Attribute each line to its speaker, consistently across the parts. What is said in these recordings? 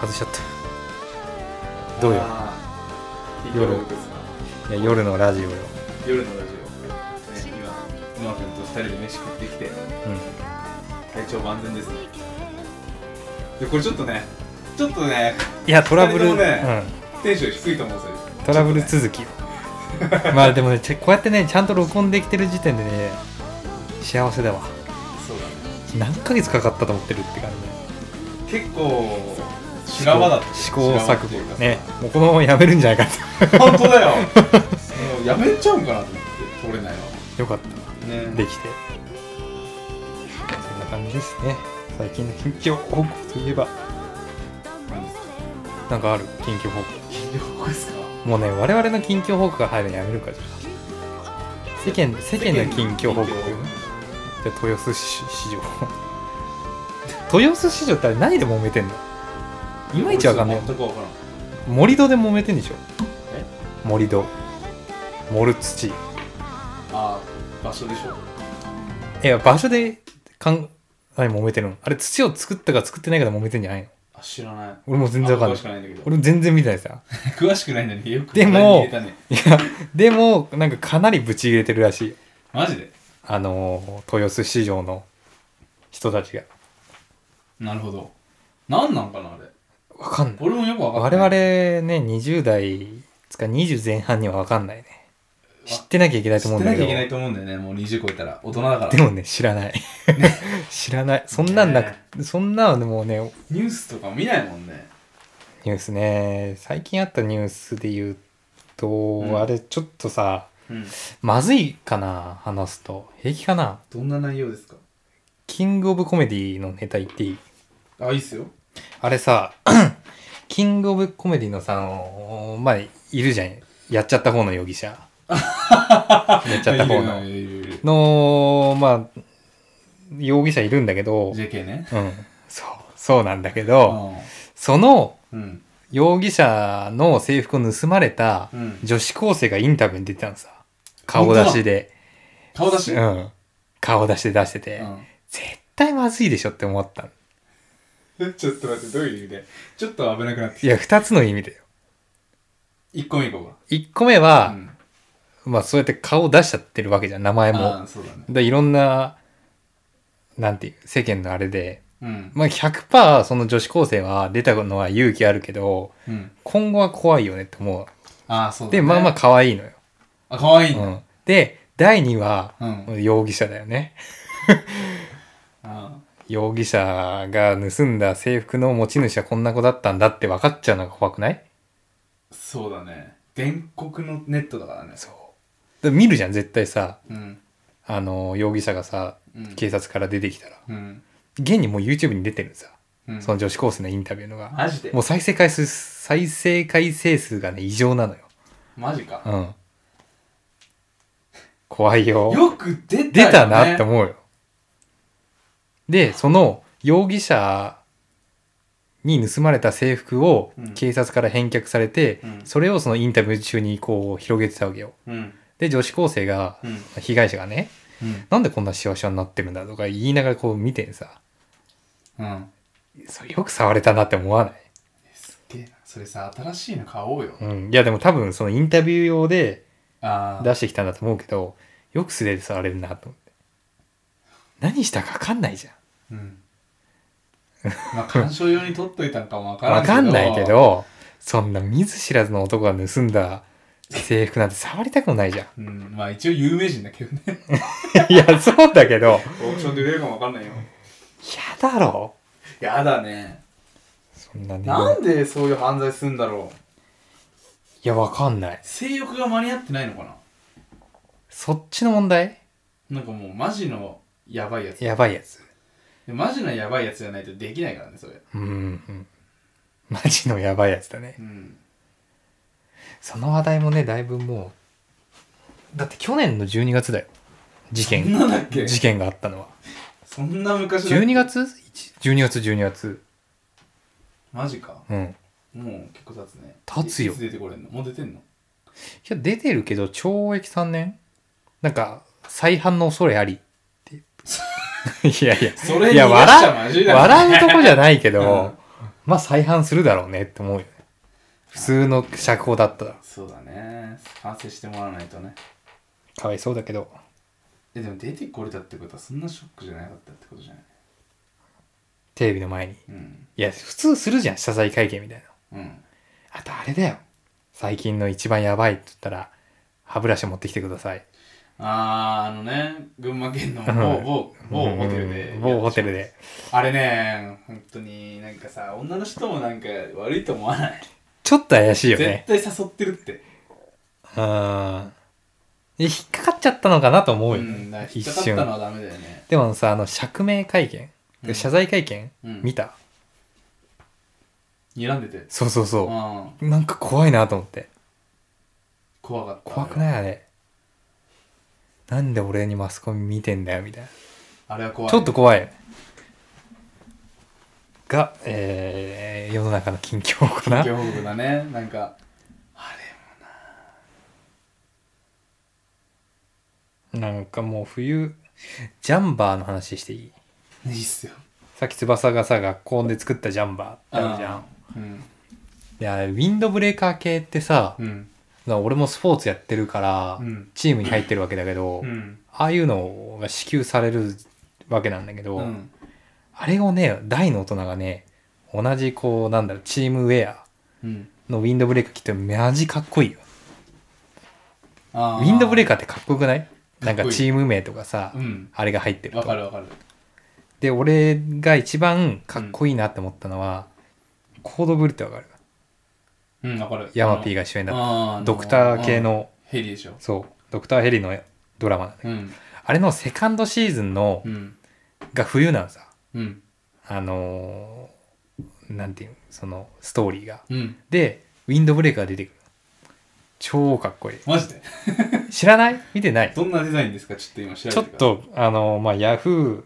Speaker 1: 外しちゃったどうよ
Speaker 2: あー
Speaker 1: 夜
Speaker 2: いい曲です
Speaker 1: いや夜のラジオよ、
Speaker 2: 夜のラジオ、ね、今今君と二人で飯食ってきて
Speaker 1: う
Speaker 2: 体調万全ですねでこれちょっとねちょっとね
Speaker 1: ん、いやトラブ
Speaker 2: 二
Speaker 1: ル、
Speaker 2: 人ともねテンション低いと思うんですよ
Speaker 1: うん、トラブル続 きよまあでもねちょこうやってねちゃんと録音できてる時点でね幸せだわ
Speaker 2: そうだね
Speaker 1: 何ヶ月かかったと思ってるって感じ
Speaker 2: 結構修羅場だった
Speaker 1: 試行錯
Speaker 2: 修羅場っていう
Speaker 1: 誤
Speaker 2: かさ
Speaker 1: ねもうこのままやめるんじゃないかっ て
Speaker 2: 本当だよもうやめちゃうんかなと思って取れないの
Speaker 1: よかった
Speaker 2: ね
Speaker 1: できてそんな感じですね最近の近況報告といえば
Speaker 2: 何ですか
Speaker 1: なんかある近況報告
Speaker 2: 金魚ですか
Speaker 1: もうね我々の近況報告が入るのやめるかじゃあ世間世間の近況報告
Speaker 2: 世間の近況
Speaker 1: で豊洲市市場豊洲市場ってあれ何で揉めてんのいまいちわかんない
Speaker 2: 全くわからん
Speaker 1: 盛り土で揉めてんでしょ
Speaker 2: え
Speaker 1: 盛り土盛る土い
Speaker 2: ああ場所でしょ
Speaker 1: や場所でかん何揉めてるのあれ土を作ったか作ってないかで揉めてんじゃないの
Speaker 2: あ知らない
Speaker 1: 俺も全然わかん
Speaker 2: あ詳
Speaker 1: ない
Speaker 2: しくないんだけど
Speaker 1: 俺も全然見てないさ
Speaker 2: 詳しくないのによく
Speaker 1: でも
Speaker 2: 話題に入れたね
Speaker 1: いやでもなんかかなりブチ入れてるらしい
Speaker 2: マジで
Speaker 1: あのー豊洲市場の人たちが
Speaker 2: なるほど何なんかなあれ
Speaker 1: わかんない
Speaker 2: 俺もよくわか
Speaker 1: 我
Speaker 2: んない
Speaker 1: 々ね20代つか20前半にはわかんないね知ってなきゃいけないと
Speaker 2: 知
Speaker 1: 思
Speaker 2: っ
Speaker 1: うん
Speaker 2: て
Speaker 1: だ
Speaker 2: な
Speaker 1: け
Speaker 2: きゃ
Speaker 1: ど
Speaker 2: いけないと思うんだよねもう20超えたら大人だから
Speaker 1: でもね知らない 知らないそんなんな
Speaker 2: ね
Speaker 1: くそんなのもうね
Speaker 2: ニュースとか見ないもんね
Speaker 1: ニュースね最近あったニュースで言うと、
Speaker 2: ん
Speaker 1: あれちょっとさ
Speaker 2: うん
Speaker 1: まずいかな話すと平気かな
Speaker 2: どんな内容ですか
Speaker 1: キングオブコメディのネタ言っていい
Speaker 2: あいいっすよ
Speaker 1: あ れさキングオブコメディのさあのまあいるじゃんやっちゃった方の容疑者 やっちゃった方の
Speaker 2: いるいるいるいる
Speaker 1: の、まあ、容疑者いるんだけど、
Speaker 2: JK ね
Speaker 1: うん、そう、そうなんだけど、その
Speaker 2: うん
Speaker 1: 容疑者の制服を盗まれた
Speaker 2: うん
Speaker 1: 女子高生がインタビューに出てたのさ。顔出しで。
Speaker 2: 顔出し、
Speaker 1: う
Speaker 2: うん
Speaker 1: ん。顔出しで出してて、絶対まずいでしょって思ったの。
Speaker 2: えちょっと待ってどういう意味でちょっと危なくなってき
Speaker 1: いや、二つの意味だよ。
Speaker 2: 一個目行こ
Speaker 1: 一個目
Speaker 2: うか
Speaker 1: は
Speaker 2: う、ん
Speaker 1: まあそうやって顔出しちゃってるわけじゃん、名前
Speaker 2: あ
Speaker 1: も。
Speaker 2: ーそうだね
Speaker 1: でいろんな、なんていう、世間のあれで、
Speaker 2: うん
Speaker 1: まあ100%その女子高生は出たのは勇気あるけど、
Speaker 2: うん
Speaker 1: 今後は怖いよねって思
Speaker 2: ああそう
Speaker 1: う。
Speaker 2: だね
Speaker 1: で、まあまあ可愛いのよ。
Speaker 2: あ可愛いね
Speaker 1: うん。で、第2話、
Speaker 2: うん
Speaker 1: 容疑者だよね。
Speaker 2: あ
Speaker 1: 容疑者が盗んだ制服の持ち主はこんな子だったんだって分かっちゃうのが怖くない
Speaker 2: ーそうだね全国のネットだからね
Speaker 1: そう。だから見るじゃん、絶対さ、
Speaker 2: うん
Speaker 1: あの、容疑者がさ、
Speaker 2: うん
Speaker 1: 警察から出てきたら。
Speaker 2: うん
Speaker 1: 現にもう YouTube に出てるさ。
Speaker 2: うん
Speaker 1: その女子高生のインタビューのが。
Speaker 2: マジで
Speaker 1: もう再生回数、再生回生数がね、異常なのよ。
Speaker 2: マジか
Speaker 1: うん。怖いよ。
Speaker 2: よく出たよ、ね、
Speaker 1: 出たなって思うよ。で、その容疑者に盗まれた制服を
Speaker 2: うん
Speaker 1: 警察から返却されて、
Speaker 2: うん
Speaker 1: それをそのインタビュー中にこう広げてたわけよ。
Speaker 2: うん
Speaker 1: で、女子高生が、
Speaker 2: うん
Speaker 1: 被害者がね、
Speaker 2: うん
Speaker 1: なんでこんなシワシワになってるんだとか言いながらこう見てさ、
Speaker 2: うん
Speaker 1: それよく触れたなって思わない
Speaker 2: すっげえなそれさ新しいの買おうよ、
Speaker 1: うん。いやでも多分そのインタビュー用で
Speaker 2: ああ
Speaker 1: 出してきたんだと思うけど、よく素手で触れるなと思って。何したかわかんないじゃん。
Speaker 2: うんまあ鑑賞用に取っといたんかもわから
Speaker 1: わ
Speaker 2: んけど
Speaker 1: かんないけど、そんな見ず知らずの男が盗んだ制服なんて触りたくもないじゃ
Speaker 2: うんまあ一応有名人だけどね
Speaker 1: ん。いや、そうだけど、
Speaker 2: オークションで売れるかもわかんないよ
Speaker 1: 嫌だろ。
Speaker 2: やだね
Speaker 1: そんなね。
Speaker 2: なんでそういう犯罪するんだろう
Speaker 1: いや、わかんない。
Speaker 2: 性欲が間に合ってないのかな
Speaker 1: そっちの問題
Speaker 2: なんかもうマジのやばいやつ
Speaker 1: やばいやつ。
Speaker 2: でマジのやばいやつじゃないとできないからねそれ
Speaker 1: うん、うん。マジのやばいやつだね
Speaker 2: う。ん
Speaker 1: その話題もね、だいぶもう、だって去年の12月だよ。事
Speaker 2: そん
Speaker 1: 件。
Speaker 2: なだっけ
Speaker 1: 事件があったのは。
Speaker 2: そんな昔だっけ
Speaker 1: 12月 ?12 月、12月。
Speaker 2: マジか
Speaker 1: うん。
Speaker 2: もう結構経つね
Speaker 1: 経つよ
Speaker 2: いつ出てこれんのもう出てんの
Speaker 1: いや、出てるけど、懲役3年なんか、再犯の恐れありって。いやいや、
Speaker 2: それ
Speaker 1: いや
Speaker 2: 逃がしちゃ
Speaker 1: 笑
Speaker 2: マジだね
Speaker 1: 笑うとこじゃないけど、まあ再犯するだろうねって思うよね普通の釈放だったら
Speaker 2: そうだね反省してもらわないとね
Speaker 1: かわいそうだけど
Speaker 2: えでも出てこれたってことはそんなショックじゃなかったってことじゃない
Speaker 1: テレビの前に
Speaker 2: うん
Speaker 1: いや普通するじゃん謝罪会見みたいな
Speaker 2: うん
Speaker 1: あとあれだよ最近の一番やばいって言ったら歯ブラシ持ってきてください
Speaker 2: あーあのね群馬県の
Speaker 1: うん
Speaker 2: 某某某ホテルで
Speaker 1: うん某ホテルで
Speaker 2: あれね本当になんかさ女の人もなんか悪いと思わない
Speaker 1: ちょっと怪しいよね
Speaker 2: 絶対誘ってるって
Speaker 1: うんで引っかかっちゃったのかなと思う
Speaker 2: う
Speaker 1: よね、
Speaker 2: んだから引
Speaker 1: 一
Speaker 2: っかかったの
Speaker 1: 瞬
Speaker 2: はダメだよね
Speaker 1: でもさあの釈明会見、
Speaker 2: うん
Speaker 1: 謝罪会見、
Speaker 2: うん
Speaker 1: 見た
Speaker 2: 睨んでて
Speaker 1: そうそう
Speaker 2: う
Speaker 1: そ
Speaker 2: ん
Speaker 1: う、なんか怖いなと思って
Speaker 2: 怖かった
Speaker 1: 怖くないあれなんで俺にマスコミ見てんだよみたいな
Speaker 2: あれは怖い
Speaker 1: ちょっと怖いが、えー、世の中の近況かな
Speaker 2: 恐怖だねなんかあ
Speaker 1: なんかもう冬ジャンバーの話していい
Speaker 2: れいいっすよ
Speaker 1: さっき翼がさ学校で作ったジャンバーってあるじゃん
Speaker 2: うん
Speaker 1: いやウィンドブレーカー系ってさ、
Speaker 2: うん
Speaker 1: まあ俺もスポーツやってるから、
Speaker 2: うん
Speaker 1: チームに入ってるわけだけど、
Speaker 2: うん
Speaker 1: ああいうのが支給されるわけなんだけど、
Speaker 2: うん
Speaker 1: あれをね大の大人がね同じこうなんだろうチームウェア
Speaker 2: うん
Speaker 1: のウィンドブレーカー着てマジかっこいいよ
Speaker 2: あ
Speaker 1: ウィンドブレー
Speaker 2: カ
Speaker 1: カーってかっこよくないなんかチーム名とかさ、
Speaker 2: うん
Speaker 1: あれが入ってる
Speaker 2: わ
Speaker 1: と
Speaker 2: かるわかる
Speaker 1: で俺が一番かっこいいなって思ったのは、コードブルってわかる
Speaker 2: うんわかる
Speaker 1: ヤマピーが主演だっ
Speaker 2: あ
Speaker 1: た
Speaker 2: ー
Speaker 1: ドクター系の
Speaker 2: ヘリでしょ
Speaker 1: そうドクターヘリのドラマなんだけど
Speaker 2: うん
Speaker 1: あれのセカンドシーズンの
Speaker 2: うん
Speaker 1: が冬なのさ
Speaker 2: うん
Speaker 1: あのーなんていうのそのストーリーが
Speaker 2: うん
Speaker 1: でウィンドブレーカー出てくる超かっこいい
Speaker 2: マジで
Speaker 1: 知らない見てない
Speaker 2: どんなデザインですかちょっと今調べ
Speaker 1: ちょ
Speaker 2: て
Speaker 1: っ
Speaker 2: ください
Speaker 1: とあのーまあヤフ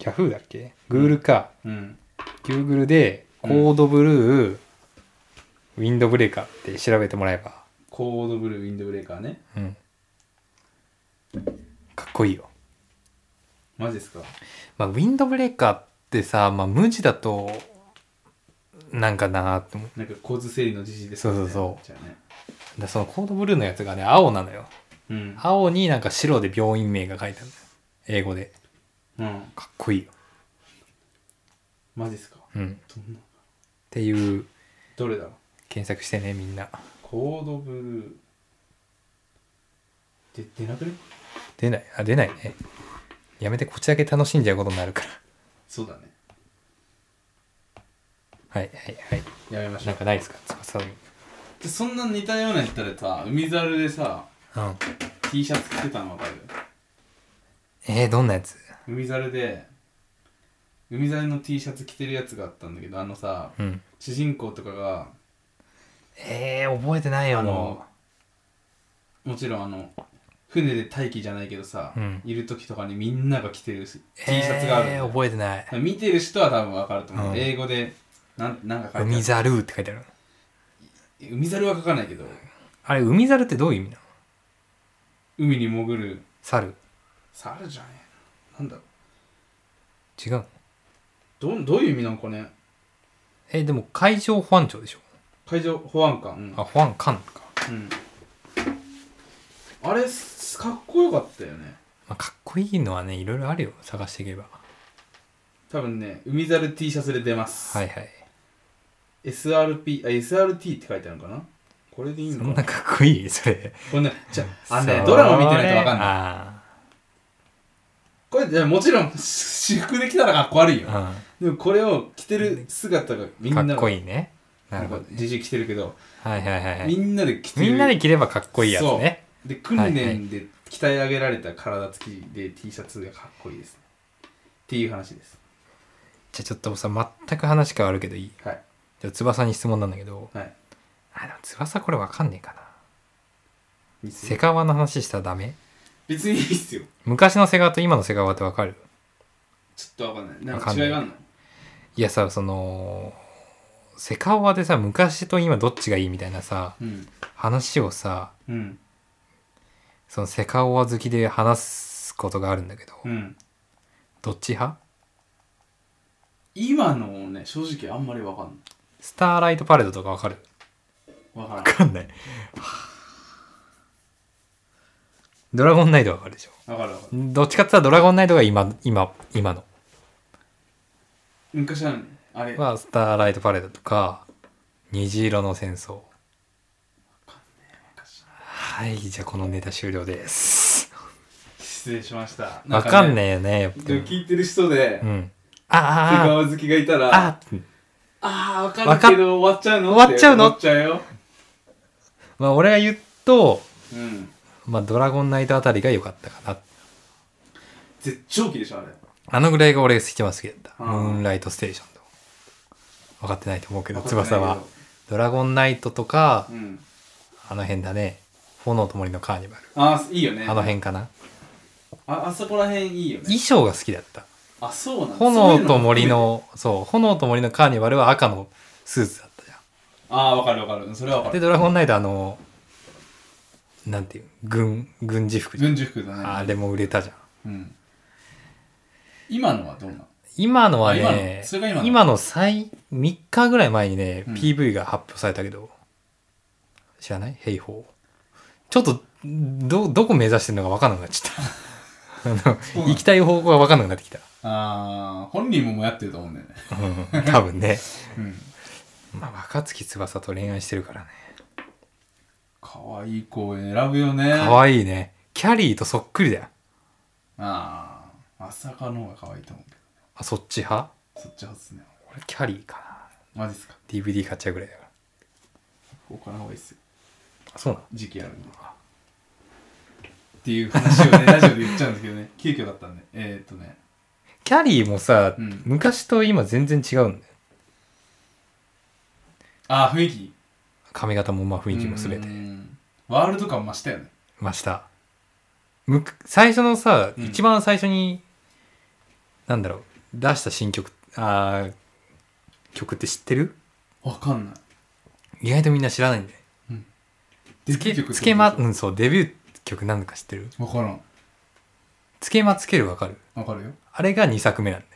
Speaker 1: ーヤフーだっけグールか、
Speaker 2: うん
Speaker 1: グーグルでコードブルー、ウィンドブレーカーって調べてもらえば
Speaker 2: コードブルーウィンドブレーカーね
Speaker 1: うんかっこいいよ
Speaker 2: マジですか
Speaker 1: まあ、ウィンドブレーカーってさ、まあ、無地だとなんかなーって思う
Speaker 2: なんか交通整理のじじです
Speaker 1: そうそう
Speaker 2: そうじゃあね
Speaker 1: だからそのコードブルーのやつがね青なのよ
Speaker 2: うん
Speaker 1: 青になんか白で病院名が書いてあるのよ英語で
Speaker 2: うん
Speaker 1: かっこいいよ、
Speaker 2: マジですか
Speaker 1: うん、っ
Speaker 2: どんな
Speaker 1: ていう
Speaker 2: どれだろう
Speaker 1: 検索してねみんな
Speaker 2: コードブルーで出なくね
Speaker 1: 出ないあ出ないねやめてこっちだけ楽しんじゃうことになるから
Speaker 2: そうだね
Speaker 1: はいはいはい
Speaker 2: やめましょ
Speaker 1: なん
Speaker 2: う
Speaker 1: かないですか翼に
Speaker 2: でそんな似たようなやったらさ海猿でさ
Speaker 1: うん、
Speaker 2: T シャツ着てたのわかる
Speaker 1: えー、どんなやつ
Speaker 2: 海猿で海猿の T シャツ着てるやつがあったんだけどあのさ
Speaker 1: うん
Speaker 2: 主人公とかが
Speaker 1: えー、覚えてないよ
Speaker 2: あ
Speaker 1: も
Speaker 2: のもちろんあの船で待機じゃないけどさ、
Speaker 1: うん
Speaker 2: いる時とかにみんなが着てるし
Speaker 1: う
Speaker 2: T シャツがあるんだ
Speaker 1: え
Speaker 2: よ
Speaker 1: ー、覚えてない
Speaker 2: 見てる人は多分わかると思う、
Speaker 1: うん
Speaker 2: 英語でなんなんか書いてある
Speaker 1: 海猿って書いてある
Speaker 2: 海猿は書かないけど
Speaker 1: あれ海猿ってどういう意味なの
Speaker 2: 海に潜る
Speaker 1: 猿
Speaker 2: 猿じゃねえななんだろう
Speaker 1: 違うの
Speaker 2: どんどういう意味なんかね
Speaker 1: えーでも海上保安庁でしょ
Speaker 2: 海上保安官、うん
Speaker 1: あ保安官か、
Speaker 2: うんあれすかっこよかったよね
Speaker 1: まあ、かっこいいのはねいろいろあるよ探していけば
Speaker 2: 多分ね海猿 T シャツで出ます、
Speaker 1: はいはい
Speaker 2: SRP あ SRT って書いてあるのかなこれでいい
Speaker 1: そ
Speaker 2: の
Speaker 1: ん
Speaker 2: かな
Speaker 1: なかっこいいそれ
Speaker 2: これねじゃあの
Speaker 1: そ
Speaker 2: ね
Speaker 1: れ
Speaker 2: ドラマ見てないとわかんない
Speaker 1: あ
Speaker 2: これでもちろん私服できたらかっこ悪いよ
Speaker 1: ー
Speaker 2: でもこれを着てる姿がみ
Speaker 1: うん
Speaker 2: ん
Speaker 1: か
Speaker 2: な
Speaker 1: っこ
Speaker 2: い
Speaker 1: いいねなるほど
Speaker 2: じじ着てるけど、
Speaker 1: はいはいはいは
Speaker 2: み
Speaker 1: い
Speaker 2: んなで着てる
Speaker 1: みんなで着ればかっこいいやつね
Speaker 2: で訓練で鍛え上げられた体つきで T シャツがかっこいいですねっていう話です
Speaker 1: じゃあちょっとさ全く話変わるけどいい
Speaker 2: はい
Speaker 1: じゃあ翼に質問なんだけど
Speaker 2: はい
Speaker 1: あでも翼これわかんねえかな
Speaker 2: 別
Speaker 1: セ
Speaker 2: に
Speaker 1: カワの話したらダメ
Speaker 2: 別にいいっすよ
Speaker 1: 昔のセガワと今のセガワってわかる
Speaker 2: ちょっとわかんないなん
Speaker 1: わ
Speaker 2: か
Speaker 1: かんない
Speaker 2: 違いがあんの
Speaker 1: いやさそのセカワでさ昔と今どっちがいいみたいなさ
Speaker 2: うん
Speaker 1: 話をさ
Speaker 2: うん
Speaker 1: そのセカワ好きで話すことがあるんだけど、
Speaker 2: うん
Speaker 1: どっち派
Speaker 2: 今のね正直あんまりわかん
Speaker 1: スターライトパレードとかわかる
Speaker 2: ないわから
Speaker 1: わ
Speaker 2: ない
Speaker 1: かんない。 ドラゴンナイトはわかるでしょ。
Speaker 2: わかるわかる
Speaker 1: どっちかって言ったらドラゴンナイトが今、今、今の。
Speaker 2: 昔はねあれ
Speaker 1: は、スターライトパレードとか、虹色の戦争。
Speaker 2: 昔
Speaker 1: はい、じゃあこのネタ終了です。
Speaker 2: 失礼しました
Speaker 1: わかん
Speaker 2: い
Speaker 1: ねえよね、やっぱり。
Speaker 2: 聞いてる人で
Speaker 1: うん。
Speaker 2: セ
Speaker 1: あーあー、
Speaker 2: ガ好きがいたら
Speaker 1: あー
Speaker 2: あ
Speaker 1: あー、
Speaker 2: ーわかるけど終わっちゃうの
Speaker 1: 終わっちゃうの
Speaker 2: て思っちゃうよ
Speaker 1: まあ俺が言うと、
Speaker 2: うん
Speaker 1: まあドラゴンナイトあたりが良かったかな。
Speaker 2: 絶頂期でしょあれ
Speaker 1: あのぐらいが俺が一番好きだった。
Speaker 2: うん
Speaker 1: ムーンライトステーションとか。分かってないと思うけど、
Speaker 2: わかってな
Speaker 1: 翼
Speaker 2: いけど
Speaker 1: は。ドラゴンナイトとか、
Speaker 2: うん
Speaker 1: あの辺だね。炎と森のカーニバル。
Speaker 2: あーいいよね
Speaker 1: あの辺かな。
Speaker 2: ああそこら辺いいよね
Speaker 1: 衣装が好きだった。
Speaker 2: あそうなんだそうい
Speaker 1: 炎
Speaker 2: うも
Speaker 1: と森の、そう、炎と森のカーニバルは赤のスーツだったじゃ
Speaker 2: ああわかるわかるそれはわ
Speaker 1: ん。
Speaker 2: か
Speaker 1: で、
Speaker 2: る
Speaker 1: ドラゴンナイトあの、なんていう、軍、軍事服じゃん。
Speaker 2: 軍事服だね
Speaker 1: あれも売れたじゃん。
Speaker 2: うん今のはどうなの
Speaker 1: 今のは
Speaker 2: あ今
Speaker 1: ね
Speaker 2: の、それが今の
Speaker 1: の最、3日ぐらい前にね、
Speaker 2: うん
Speaker 1: PV が発表されたけど、知らない兵法。ちょっと、ど、どこ目指してるのか分かんなくなっち ゃった。あ
Speaker 2: うな
Speaker 1: の、
Speaker 2: の
Speaker 1: 行きたい方向が分かんなくなってきた。
Speaker 2: ああ本人ももやってると思うんだよね
Speaker 1: うん、多分ね。
Speaker 2: うん
Speaker 1: まあ、若月翼と恋愛してるからね。
Speaker 2: 可愛い子選ぶよね
Speaker 1: 可愛いね。キャリーとそっくりだよ。
Speaker 2: ああまさかの方が可愛いと思うけ
Speaker 1: あ、そっち派
Speaker 2: どそっち派っすね
Speaker 1: 俺、キャリーか
Speaker 2: マジっすか
Speaker 1: な。DVD 買っちゃうぐらいだから。
Speaker 2: お金方がいいっすよ
Speaker 1: あ、そうなの
Speaker 2: 時期あるんでっていう話を ねラジオで言っちゃうんですけどね急遽だったんでえー、っとね
Speaker 1: キャリーもさ、
Speaker 2: うん
Speaker 1: 昔と今全然違うんだよ。
Speaker 2: ああ雰囲気
Speaker 1: 髪型もまあ雰囲気も全て
Speaker 2: う。んワールド感増したよね
Speaker 1: ましたむく最初のさ、
Speaker 2: うん
Speaker 1: 一番最初になんだろう出した新曲あー曲って知ってる
Speaker 2: わかんない
Speaker 1: 意外とみんな知らないんで
Speaker 2: デ
Speaker 1: つ
Speaker 2: ビュー曲
Speaker 1: け
Speaker 2: ってことでしょ
Speaker 1: つけまうんそうデビュー曲なんか知ってる
Speaker 2: わからん
Speaker 1: つけまつけるわかる
Speaker 2: わかるよ
Speaker 1: あれが2作目なんだよ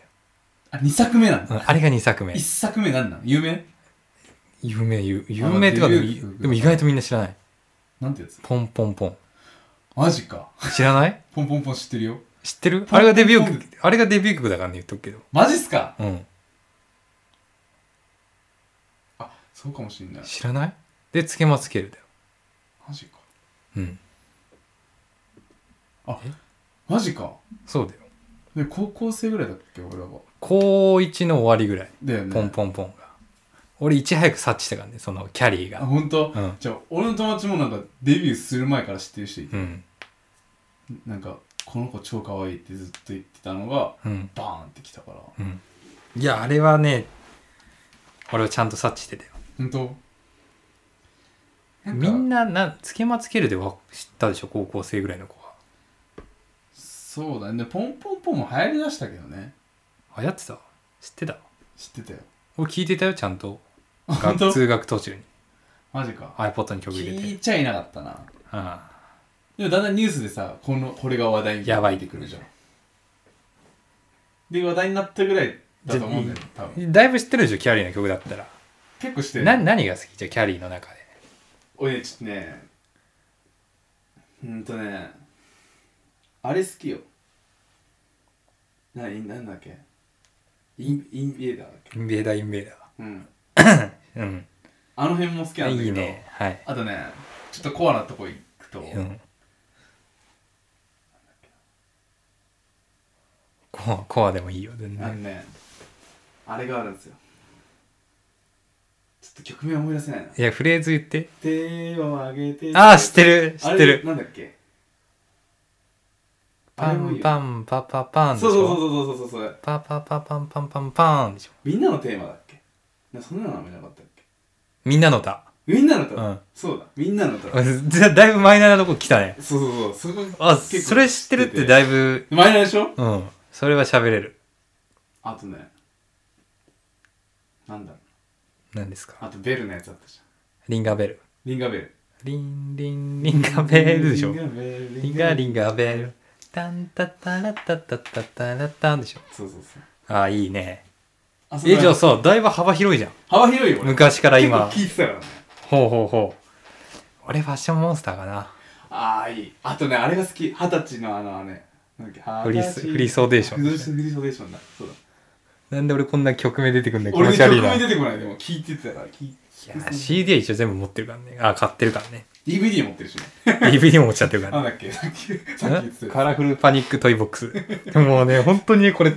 Speaker 2: あ二作目なん
Speaker 1: う
Speaker 2: だ
Speaker 1: んあれが2作目
Speaker 2: 一作目なんなん有名
Speaker 1: 有名有有名ってか
Speaker 2: あ
Speaker 1: で
Speaker 2: デ
Speaker 1: も
Speaker 2: ビュー曲
Speaker 1: でも意外とみんな知らない
Speaker 2: なんてやつ
Speaker 1: ポンポンポン
Speaker 2: マジか
Speaker 1: 知らない
Speaker 2: ポンポンポン知ってるよ
Speaker 1: 知ってる
Speaker 2: ポ
Speaker 1: あ
Speaker 2: ンポンポン
Speaker 1: れがデビュー曲あれがデビュー曲だからね言っとくけど
Speaker 2: マジっすか
Speaker 1: うん
Speaker 2: あそうかもしんない
Speaker 1: 知らないでつけまつけるだよ
Speaker 2: マジか
Speaker 1: うん
Speaker 2: マジか
Speaker 1: そうだよ
Speaker 2: で高校生ぐらいだっけ俺らは
Speaker 1: 高1の終わりぐらい
Speaker 2: だよね
Speaker 1: ポンポンポンが俺いち早く察知したからねそのキャリー
Speaker 2: あ
Speaker 1: が
Speaker 2: 本当、
Speaker 1: うん
Speaker 2: じゃあ俺の友達もなんかデビューする前から知ってる人いて、
Speaker 1: うん
Speaker 2: なんかこの子超可愛いってずっと言ってたのが
Speaker 1: うん
Speaker 2: バーンってきたから
Speaker 1: うんいやあれはね俺はちゃんと察知してたよ
Speaker 2: 本当
Speaker 1: みん
Speaker 2: なか
Speaker 1: ななつけまつけるでわ知ったでしょ高校生ぐらいの子は
Speaker 2: そうだねポンポンポンも流行りだしたけどね
Speaker 1: 流行ってた知ってた
Speaker 2: 知ってたよ
Speaker 1: 俺聞いてたよちゃんと
Speaker 2: あ
Speaker 1: が
Speaker 2: 本当
Speaker 1: 通学途中に
Speaker 2: マジか
Speaker 1: iPod に曲入れて
Speaker 2: 聞いちゃいなかったな
Speaker 1: うん
Speaker 2: でもだんだんニュースでさこのこれが話題に
Speaker 1: やばい
Speaker 2: 出てくるじゃんで話題になったぐらいだと思うんだよ多分
Speaker 1: だいぶ知ってるでしょキャリーの曲だったら
Speaker 2: 結構してる
Speaker 1: な何が好きじゃあキャリーの中で
Speaker 2: 俺ねちょっとねうんとねあれ好きよなになんだっけインインベーダーだっけ
Speaker 1: インベーダーインベーダ
Speaker 2: うん
Speaker 1: ーうん
Speaker 2: あの辺も好きなんだけど
Speaker 1: いいねはい
Speaker 2: あとねちょっとコアなとこ行くと、
Speaker 1: うん。コア、コアでもいいよ、全
Speaker 2: あの
Speaker 1: 然。
Speaker 2: ねあれがあるんですよちょっと曲名思い出せないない
Speaker 1: や、フレーズ言って。
Speaker 2: 手を上げて
Speaker 1: ああ、知ってる知
Speaker 2: あ
Speaker 1: っ
Speaker 2: れ
Speaker 1: てる。
Speaker 2: なんだっけあ
Speaker 1: パ
Speaker 2: れもいい
Speaker 1: ン
Speaker 2: よ
Speaker 1: パンパパパンでし
Speaker 2: そうそう
Speaker 1: ょ。
Speaker 2: そうそうそうそうそう
Speaker 1: パパパパンパンパンパンでしょ。
Speaker 2: みんなのテーマだっけなそんなの名前なかったっけ
Speaker 1: みんなの歌。
Speaker 2: みんなの歌、
Speaker 1: うん
Speaker 2: そうだみんなの歌
Speaker 1: だだいぶマイナーなとこ来たね。
Speaker 2: そうそうそうそこ
Speaker 1: あ、
Speaker 2: 結構
Speaker 1: それ知ってるってだいぶ、
Speaker 2: マイナーでしょ
Speaker 1: うん。それは喋れる。
Speaker 2: あとねなんだろ
Speaker 1: 何です
Speaker 2: うあ
Speaker 1: か
Speaker 2: とベルのやつあったじ
Speaker 1: リンガベル。
Speaker 2: ゃんリンガベル
Speaker 1: リンリンリンガベルでしょ。
Speaker 2: リンガベル
Speaker 1: リンガリンガベル。タンタタラタタタタラタンでしょ。
Speaker 2: そうそうそう
Speaker 1: ああ、いいね。
Speaker 2: あそう
Speaker 1: え、
Speaker 2: だ
Speaker 1: じゃあさ、だいぶ幅広いじゃん。
Speaker 2: 幅広いよ俺
Speaker 1: 昔から今。
Speaker 2: 結構聞いてたからね
Speaker 1: ほうほうほう。俺ファッションモンスターかな。
Speaker 2: ああいいあとねあれが好き二十歳のあのねなんだっけ
Speaker 1: フリース、フリーソーデーショ
Speaker 2: フリ
Speaker 1: ン。
Speaker 2: ーフリーソーデーションだそうだ
Speaker 1: なんで俺こんな曲名出てくんだよ、気
Speaker 2: 俺の
Speaker 1: 持ち悪
Speaker 2: 曲
Speaker 1: いな。
Speaker 2: も
Speaker 1: い
Speaker 2: 出てこないでも聞いてたから聞い
Speaker 1: や、CD は一応全部持ってるからね。あ、買ってるからね。
Speaker 2: DVD 持ってるしね
Speaker 1: DVD も持っちゃってるからね
Speaker 2: なんだっけさっきさっき言ってたやつ
Speaker 1: カラフルパニックトイボックス。もうね、本当にねこれ、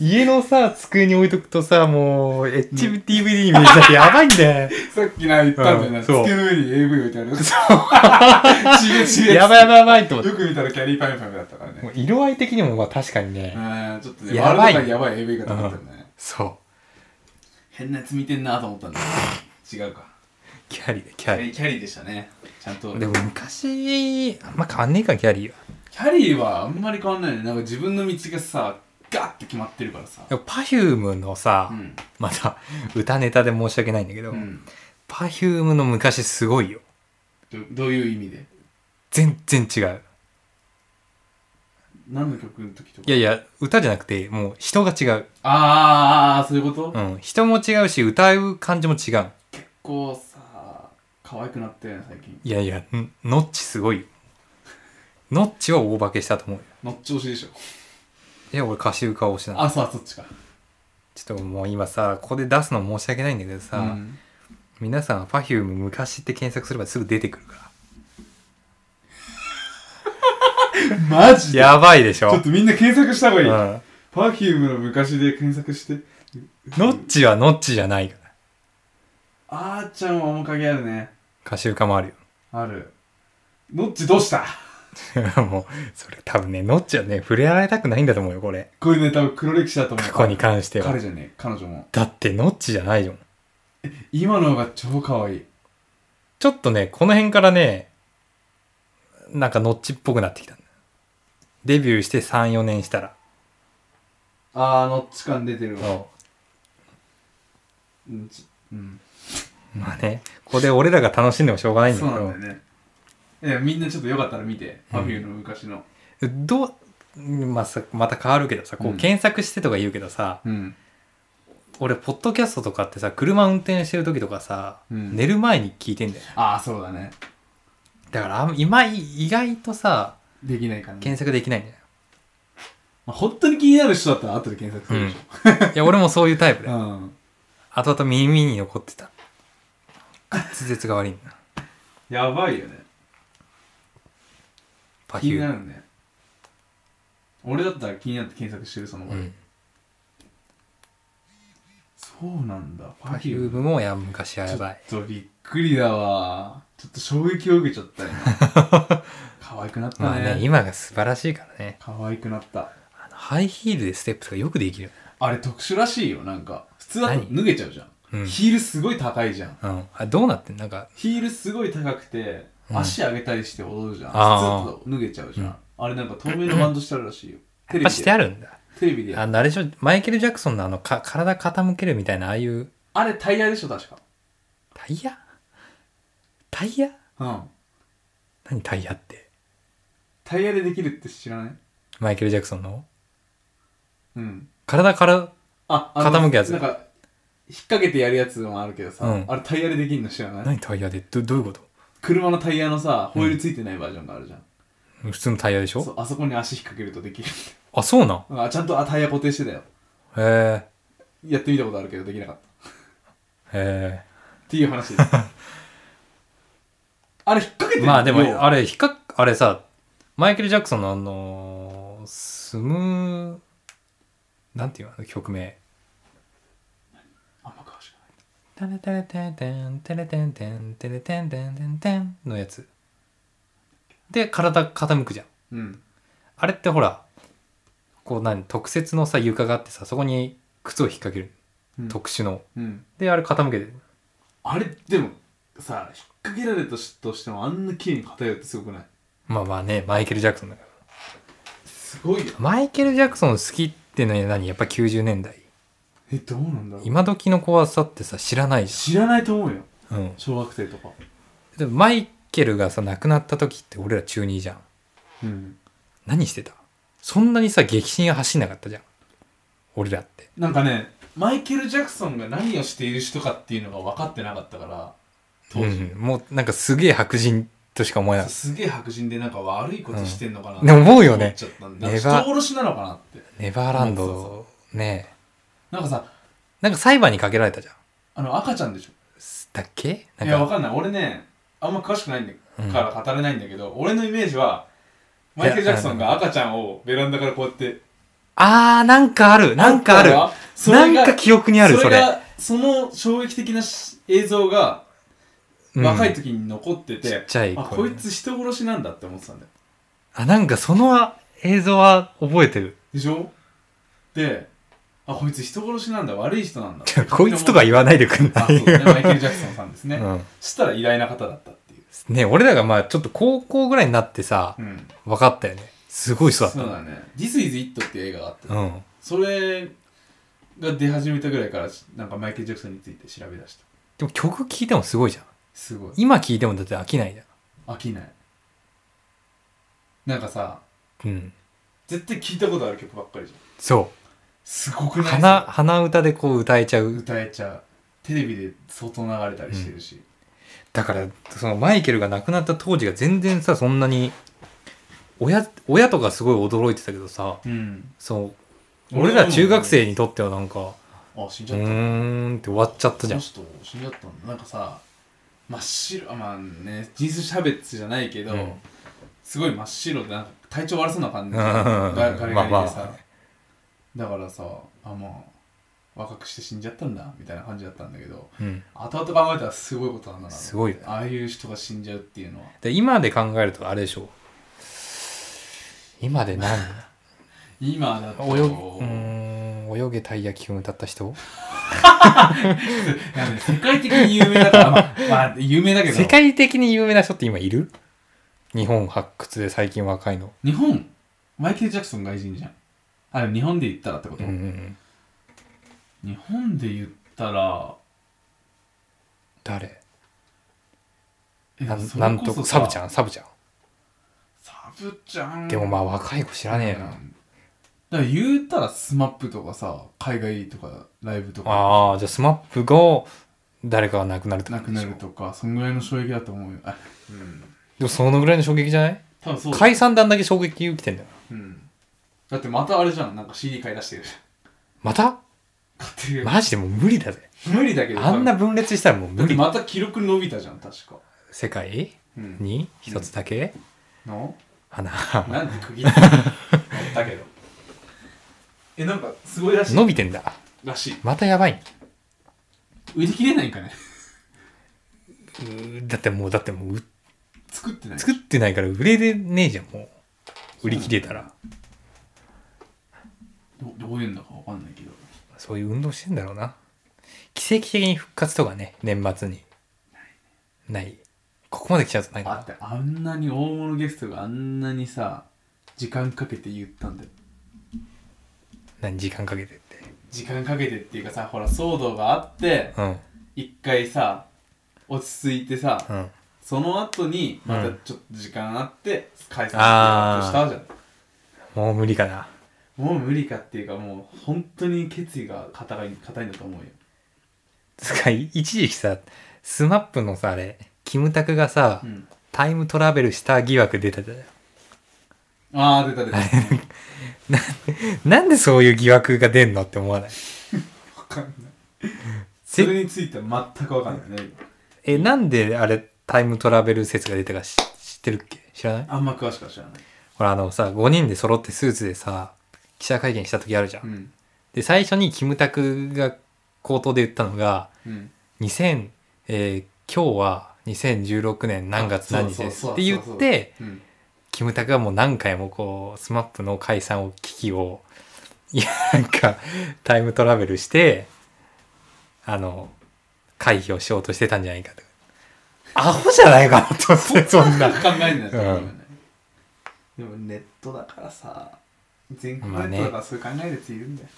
Speaker 1: 家のさ、机に置いとくとさ、もう、HDVD に見えちゃ ってやばいんだよ。
Speaker 2: さっきな言ったんだよ
Speaker 1: う
Speaker 2: な、
Speaker 1: んそう
Speaker 2: 机の上に AV 置いてある ちげちげ
Speaker 1: やばいやばいやばいと思って。
Speaker 2: よく見たらキャリーパミュパミュだったからね
Speaker 1: もう色合い的にもまあ確かにね、
Speaker 2: うんちょっとね
Speaker 1: や
Speaker 2: や
Speaker 1: ば
Speaker 2: ば
Speaker 1: い
Speaker 2: いやばい AV がと思ったよね
Speaker 1: そ
Speaker 2: 変なやつ見てんなと思ったんだけ ど違うか
Speaker 1: う。キャリーで、キ
Speaker 2: キ
Speaker 1: ャ
Speaker 2: ャ
Speaker 1: リ
Speaker 2: リーキャリーでしたねちゃんと
Speaker 1: ー。でも昔、あんま変わんねえか、キャリーは。
Speaker 2: キャリーはあんまり変わんないねなんか自分の道がさガッて決まってるからさ
Speaker 1: でも Perfume のさ
Speaker 2: う、ん
Speaker 1: また、歌ネタで申し訳ないんだけど
Speaker 2: う、ん
Speaker 1: Perfume の昔すごいよ。
Speaker 2: どどういう意味で
Speaker 1: 全然違う。
Speaker 2: 何の曲の時とか
Speaker 1: いやいや、歌じゃなくて、もう人が違う。
Speaker 2: あーあーあーそういうこと、
Speaker 1: うん。人も違うし、歌う感じも違う。
Speaker 2: 結構さ可愛くなったよね最近
Speaker 1: いやいや、んノッチすごいよ。ノッチは大化けしたと思うよ。
Speaker 2: のっち押しでしょ
Speaker 1: いや、俺、歌手歌推しなの。
Speaker 2: あそうそっちか
Speaker 1: ちょっともう今さ、ここで出すの申し訳ないんだけどさ、
Speaker 2: うん
Speaker 1: 皆さん、Perfume 昔って検索すればすぐ出てくるか
Speaker 2: マジ
Speaker 1: ら。
Speaker 2: で
Speaker 1: やばいでし
Speaker 2: ち
Speaker 1: ょ。
Speaker 2: ょっとみんな検索した方がい
Speaker 1: うん。
Speaker 2: い、
Speaker 1: ノ
Speaker 2: パフュームの昔で検索して。
Speaker 1: ッチはノッチじゃないから。
Speaker 2: あーちゃんは面影あるね。
Speaker 1: 歌手歌もある
Speaker 2: ある。ノッチどうした
Speaker 1: よ。 もう、それ多分ね、ノッチはね、触れられたくないんだと思うよ、これ。
Speaker 2: これね、多分黒歴史だと思う。
Speaker 1: 過去に関しては
Speaker 2: 彼。じゃねえ、彼女も。
Speaker 1: だって、ノッチじゃないよ。
Speaker 2: 今の方が超可愛い。
Speaker 1: ちょっとね、この辺からね、なんかノッチっぽくなってきたんだ。デビューして3、4年したら。
Speaker 2: あー、ノッチ感出てるわ。
Speaker 1: そう
Speaker 2: うん。ちうん、
Speaker 1: まあね、ここで俺らが楽しんでもしょうがないんだ
Speaker 2: そう
Speaker 1: け
Speaker 2: な
Speaker 1: ど、
Speaker 2: んだよね。いや、みんなちょっとよかったら見て。
Speaker 1: うん
Speaker 2: パフュームの昔の。
Speaker 1: どう、まあ、さまた変わるけどさ、こ
Speaker 2: う
Speaker 1: うん検索してとか言うけどさ、
Speaker 2: うん。
Speaker 1: 俺、ポッドキャストとかってさ、車運転してる時とかさ、
Speaker 2: うん
Speaker 1: 寝る前に聞いてんだよ。
Speaker 2: あー、そうだね。
Speaker 1: だから、あん今、意外とさ、
Speaker 2: できないかな。
Speaker 1: 検索できないんだよ。
Speaker 2: まあ、本当に気になる人だったら後で検索するでし
Speaker 1: いや、俺もそういうタイプだ
Speaker 2: ょ。
Speaker 1: よ。
Speaker 2: うん。
Speaker 1: 後々耳に残ってた。滑舌が悪いんだ。
Speaker 2: やばいよね。
Speaker 1: パ
Speaker 2: 気
Speaker 1: ヒ
Speaker 2: にな
Speaker 1: ュ
Speaker 2: るね俺だったら気になって検索してるその
Speaker 1: ー。う
Speaker 2: 場で、
Speaker 1: ん。
Speaker 2: そうなんだ
Speaker 1: パ
Speaker 2: Perfume
Speaker 1: ヒュームも、いや、昔はやばい。
Speaker 2: ちょっとびっくりだわちょっと衝撃を受けちゃったよ 可愛くなったね,、
Speaker 1: まあね、今が素晴らしいからね。
Speaker 2: 可愛くなった
Speaker 1: あのハイヒールでステップとかよくできるよね。
Speaker 2: あれ特殊らしいよなんか普通だと
Speaker 1: 何
Speaker 2: 脱げちゃうじゃん、
Speaker 1: うん
Speaker 2: ヒールすごい高いじゃん
Speaker 1: うん。あどうなってんなんか、
Speaker 2: ヒールすごい高くて
Speaker 1: うん
Speaker 2: 足上げたりして踊るじゃん、
Speaker 1: あ
Speaker 2: 普
Speaker 1: ー
Speaker 2: 通だと脱げちゃうじゃん、
Speaker 1: うん
Speaker 2: あれなんか透明のバンドしてあるらしいよテレ
Speaker 1: やっぱ
Speaker 2: ビ
Speaker 1: して
Speaker 2: で
Speaker 1: あるんだ。
Speaker 2: テレビで
Speaker 1: あ
Speaker 2: あ
Speaker 1: の、あれでしょ、マイケル・ジャクソンのあの、か、体傾けるみたいな、ああいう、
Speaker 2: あれタイヤでしょ確か
Speaker 1: タイヤタイヤ
Speaker 2: うん
Speaker 1: 何タイヤって。
Speaker 2: タイヤでできるって知らない
Speaker 1: マイケル・ジャクソンの
Speaker 2: うん。
Speaker 1: 体から、
Speaker 2: あ、あの
Speaker 1: 傾くやつ
Speaker 2: なんか、引っ掛けてやるやつもあるけどさ、
Speaker 1: うん
Speaker 2: あれタイヤでできるの知らない
Speaker 1: 何タイヤでど、どういうこと
Speaker 2: 車のタイヤのさ、ホイールついてないバージョンがあるじゃん。
Speaker 1: 普通のタイヤでし
Speaker 2: そう
Speaker 1: ょ
Speaker 2: あそこに足引っ掛けるとできる。
Speaker 1: あ、そうなん
Speaker 2: あちゃんとあタイヤ固定してたよ。
Speaker 1: へ
Speaker 2: やってみたことあるけどできなかった。
Speaker 1: え、へ
Speaker 2: っていう話です。 あれ引っ掛けて
Speaker 1: え。
Speaker 2: る
Speaker 1: まあで
Speaker 2: 要
Speaker 1: も、
Speaker 2: は
Speaker 1: あれ、比較、あれさ、マイケル・ジャクソンのあのースムー、なんていうの曲名。
Speaker 2: あんま詳しくない。
Speaker 1: タレタレテンテンテレテンテンテレテンテンテンテンのやつ。で、体傾くじゃん。
Speaker 2: うん。
Speaker 1: あれってほら、こう何、特設のさ、床があってさ、そこに靴を引っ掛ける。
Speaker 2: うん
Speaker 1: 特殊の。
Speaker 2: うん。
Speaker 1: で、あれ傾けてる。
Speaker 2: あれ、でも、さ、引っ掛けられたとしてもあんな綺麗に偏ってすごくない
Speaker 1: まあまあね、マイケル・ジャクソンだから。
Speaker 2: すごいよ。
Speaker 1: マイケル・ジャクソン好きってのは何やっぱ90年代。
Speaker 2: え、どうなんだろう。
Speaker 1: 今時の子はさってさ、知らないし。
Speaker 2: 知らないと思うよ。
Speaker 1: うん。
Speaker 2: 小学生とか。
Speaker 1: でもマイケルがさ、亡くなった時って俺ら中2じゃ
Speaker 2: う
Speaker 1: ん。
Speaker 2: ん。
Speaker 1: 何してたそんなにさ、激震走んなかったじゃん。俺らって。
Speaker 2: なんかね、マイケル・ジャクソンが何をしている人かっていうのが分かってなかったから当
Speaker 1: う
Speaker 2: 時、
Speaker 1: ん、もうなんかすげえ白人としか思えない
Speaker 2: すげえ白人でなんか悪いことしてんのかな
Speaker 1: うんね思うよね
Speaker 2: 思っちゃったんでなん
Speaker 1: ネ
Speaker 2: か
Speaker 1: バー
Speaker 2: 人殺しなのかなって
Speaker 1: ネバーランド
Speaker 2: そうそう
Speaker 1: ねえ
Speaker 2: なんかさ
Speaker 1: なんか裁判にかけられたじゃん
Speaker 2: あの赤ちゃんでしょ
Speaker 1: だっけなん
Speaker 2: いやわ
Speaker 1: か
Speaker 2: かんない俺ねあんま詳しくないんだ
Speaker 1: うん
Speaker 2: から語れないんだけど、俺のイメージはいマ
Speaker 1: や
Speaker 2: イケル・ジャクソンが赤ちゃんをベランダからこうやって
Speaker 1: あーなんかあるなんかある
Speaker 2: そ
Speaker 1: な
Speaker 2: れ
Speaker 1: ん
Speaker 2: が
Speaker 1: か記憶にあるそれ
Speaker 2: がその衝撃的なし映像が
Speaker 1: うん
Speaker 2: 若い時に残ってて、
Speaker 1: ちっちゃい
Speaker 2: あ
Speaker 1: 頃
Speaker 2: こいつ人殺しなんだって思ってたんだよ
Speaker 1: あなんかその映像は覚え てる
Speaker 2: でしょであこいつ人殺しなんだ悪い人なんだ
Speaker 1: こいつとか言わないでくんな
Speaker 2: あそう
Speaker 1: い
Speaker 2: ねマイケル・ジャクソンさんですね、
Speaker 1: うん
Speaker 2: したら偉大な方だったっていう、
Speaker 1: ね俺らがまあちょっと高校ぐらいになってさ
Speaker 2: うん、
Speaker 1: 分かったよねすごい人だった
Speaker 2: そうだね「This is It」っていう映画があって、
Speaker 1: うん
Speaker 2: それが出始めたぐらいからなんかマイケル・ジャクソンについて調べ出した
Speaker 1: でも曲聴いてもすごいじゃん
Speaker 2: すごい
Speaker 1: 今聴いてもだって飽きないじ
Speaker 2: 飽きないなんかさ
Speaker 1: ゃんうん
Speaker 2: 絶対聞いたことある曲ばっかりじゃん
Speaker 1: そ
Speaker 2: すごく
Speaker 1: う
Speaker 2: ない
Speaker 1: 鼻鼻歌でこう歌えちゃう
Speaker 2: 歌えちゃうテレビで相当流れたりしてるし、
Speaker 1: だからそのマイケルが亡くなった当時が全然さそんなに親親とかすごい驚いてたけどさ
Speaker 2: うん、
Speaker 1: そう俺ら中学生にとってはなんか
Speaker 2: あ死ん
Speaker 1: う
Speaker 2: じゃった、
Speaker 1: ーんって終わっちゃったじゃん
Speaker 2: この人死んじゃったんだなんかさ真っ白あまあね人種差別じゃないけど、
Speaker 1: うん
Speaker 2: すごい真っ白でなんか体調悪そうな感じ
Speaker 1: うん
Speaker 2: がガリガリガリでさ、
Speaker 1: まあまあ
Speaker 2: だからさあもう若くして死んじゃったんだみたいな感じだったんだけど
Speaker 1: うん
Speaker 2: 後々考えたらすごいことなんだなと思って
Speaker 1: すごいよね
Speaker 2: ああいう人が死んじゃうっていうのは
Speaker 1: で今で考えるとあれでしょ今で何
Speaker 2: 今だと
Speaker 1: 泳ぎうーん泳げたい焼きを歌った人
Speaker 2: なんで世界的に有名だから、まあ、 まあ有名だけど
Speaker 1: 世界的に有名な人って今いる日本発掘で最近若いの
Speaker 2: 日本マイケル・ジャクソン外人じゃんあでも日本で言ったらってこ
Speaker 1: う
Speaker 2: と、
Speaker 1: んうんうん
Speaker 2: 日本で言ったら
Speaker 1: 誰
Speaker 2: え
Speaker 1: なん
Speaker 2: それこそ
Speaker 1: なんとサブち
Speaker 2: ん
Speaker 1: ゃんサブちゃん
Speaker 2: サブちゃん
Speaker 1: でもま
Speaker 2: あ
Speaker 1: あ若い子知らねえな
Speaker 2: だから言ったらスマップとかさ海外とかライブとか
Speaker 1: ああじゃあスマップが誰かが亡くなるってこ
Speaker 2: な
Speaker 1: と
Speaker 2: く
Speaker 1: で
Speaker 2: な
Speaker 1: しょ
Speaker 2: るとかそんぐらいの衝撃だと思うよあうん
Speaker 1: でもそのぐらいの衝撃じゃない
Speaker 2: 多分そうだ,、
Speaker 1: 解散弾だけ衝撃受けてんだよな
Speaker 2: うん、だってまたあれじゃんなんか CD 買い出してるじゃん
Speaker 1: また
Speaker 2: 買ってるよ
Speaker 1: マジでもう無理だぜ
Speaker 2: 無理だけど
Speaker 1: あんな
Speaker 2: 多分
Speaker 1: 分裂したらもう
Speaker 2: だ
Speaker 1: 無
Speaker 2: って
Speaker 1: 理
Speaker 2: また記録伸びたじゃん確か
Speaker 1: 世界
Speaker 2: うん
Speaker 1: に一つだけ
Speaker 2: の
Speaker 1: 花
Speaker 2: なんで区切ったのやったけどえなんかすごいらしい
Speaker 1: 伸びてんだ
Speaker 2: らしい
Speaker 1: またやばい
Speaker 2: 売り切れないんかね
Speaker 1: うーだってもうだってもうう
Speaker 2: 作ってない
Speaker 1: 作ってないから売れでねえじゃんもう売り切れたら
Speaker 2: どどういうんだかわかんないけど
Speaker 1: そういう運動してんだろうな奇跡的に復活とかね年末にないここまで来ちゃうとないか
Speaker 2: あ
Speaker 1: な
Speaker 2: ってあんなに大物ゲストがあんなにさ時間かけて言ったんだよ
Speaker 1: 何時間かけてって
Speaker 2: 時間かけてっていうかさほら騒動があって
Speaker 1: うん
Speaker 2: 一回さ落ち着いてさ、
Speaker 1: うん
Speaker 2: その後にまた
Speaker 1: うん
Speaker 2: ちょっと時間あって解散しようと
Speaker 1: あー
Speaker 2: したじゃん
Speaker 1: もう無理かな
Speaker 2: もう無理かっていうかもう本当に決意が固い固いんだと思うよ
Speaker 1: つうかい一時期さスマップのさあれキムタクがさ、
Speaker 2: うん
Speaker 1: タイムトラベルした疑惑出てたじゃん
Speaker 2: ああ出た出たわ
Speaker 1: なんでそういう疑惑が出んのって思わない
Speaker 2: かんないそれについては全くわかんないね
Speaker 1: えなんであれタイムトラベル説が出たかし知ってるっけ知らない
Speaker 2: あんま詳しくは知らない
Speaker 1: ほらあのさ5人で揃ってスーツでさ記者会見した時あるじゃん、
Speaker 2: うん
Speaker 1: で最初にキムタクが口頭で言ったのが
Speaker 2: うん
Speaker 1: 2000、えー今日は2016年何月何日です
Speaker 2: そうそうそう
Speaker 1: って言って
Speaker 2: うん
Speaker 1: キムタクはもう何回もこうスマップの解散を危機を いやなんかタイムトラベルしてあの回避をしようとしてたんじゃないかとアホじゃないかなと 思ってそんな
Speaker 2: 考えないと思うよね、でもネットだからさ全国ネットだからそういう考えるやついるんだよ、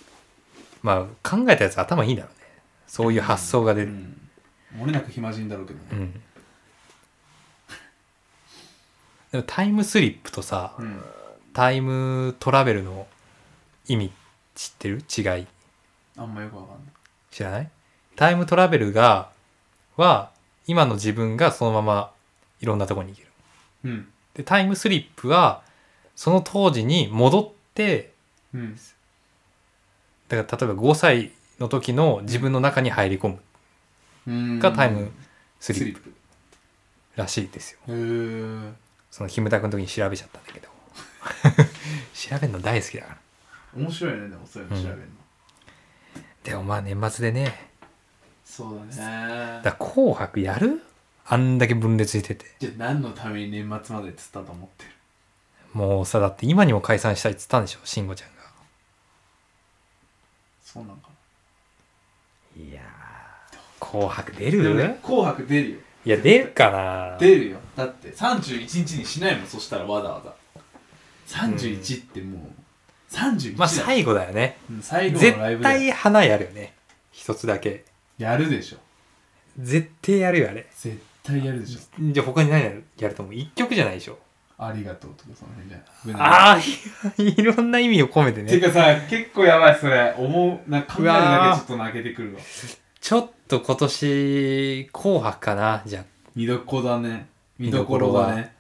Speaker 1: まあ考えたやつ頭いいんだろうねそういう発想が出
Speaker 2: う
Speaker 1: る
Speaker 2: ん漏れなく暇人だろうけど
Speaker 1: うん、
Speaker 2: ね
Speaker 1: でもタイムスリップとさ
Speaker 2: うん、
Speaker 1: タイムトラベルの意味知ってる違い
Speaker 2: あんまよくわかんない
Speaker 1: 知らないタイムトラベルが、は、今の自分がそのままいろんなとこに行ける。
Speaker 2: うん
Speaker 1: で、タイムスリップは、その当時に戻って、
Speaker 2: うん
Speaker 1: だから例えば5歳の時の自分の中に入り込む
Speaker 2: うん
Speaker 1: がタイムスリップ
Speaker 2: プ
Speaker 1: らしいですよ。
Speaker 2: へえ
Speaker 1: そのキムタクの時に調べちゃった んだけど。調べるの大好きだから。
Speaker 2: 面白いねでもそういうの調べるの、
Speaker 1: でもまあ年末でね、
Speaker 2: そうだね
Speaker 1: だから紅白やるあんだけ分裂してて。
Speaker 2: じゃあ何のために年末までっつったと思ってる
Speaker 1: もうさ、だって今にも解散したいって言ったんでしょ、慎吾ちゃんが。
Speaker 2: そうなんかない
Speaker 1: やー、紅白出
Speaker 2: で
Speaker 1: る、
Speaker 2: もね「紅白」出るよ
Speaker 1: いや、出るかな
Speaker 2: 出るよだって31日にしないもんそしたらわざわざ31ってもう、31
Speaker 1: まあ
Speaker 2: 後
Speaker 1: 最後だよね。
Speaker 2: 最後
Speaker 1: 絶
Speaker 2: のライブで
Speaker 1: 対花やるよね。一つだけ。
Speaker 2: やるでしょ
Speaker 1: 絶対やるよ、あれ。
Speaker 2: 絶対やるでしょ
Speaker 1: じゃあ他に何やるやると思う一曲じゃないでしょ。
Speaker 2: ありがとうとかその辺じゃない危ない
Speaker 1: ああ、いろんな意味を込めて
Speaker 2: て
Speaker 1: ね。
Speaker 2: かさ結構やばいそれ思うなんか考える
Speaker 1: う
Speaker 2: だ
Speaker 1: わ
Speaker 2: け
Speaker 1: ー
Speaker 2: ちょっと泣けてくるわ
Speaker 1: ちょっと今年、紅白かなじゃあ、
Speaker 2: 見どころだね見どころだ
Speaker 1: 見ど
Speaker 2: ね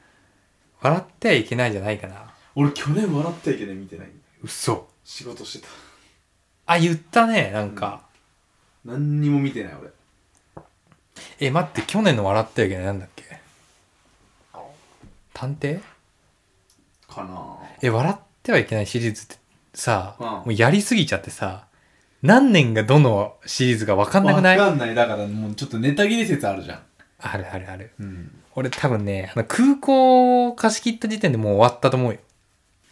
Speaker 1: 笑ってはいけないんじゃないかな。
Speaker 2: 俺去年笑ってはいけない見てない
Speaker 1: 嘘。
Speaker 2: 仕事してた
Speaker 1: あ、言ったね、なんか。
Speaker 2: 何にも見てない俺
Speaker 1: え、待って、去年の笑ってはいけないなんだっけ探偵
Speaker 2: かな
Speaker 1: え、笑ってはいけないシリーズってさ、
Speaker 2: うん
Speaker 1: もうやりすぎちゃってさ、何年がどのシリーズかわかんなくない
Speaker 2: わかんないだからもうちょっとネタ切れ説あるじゃん
Speaker 1: あるあるある。
Speaker 2: うん
Speaker 1: 俺多分ね、あの空港を貸し切った時点でもう終わったと思うよ。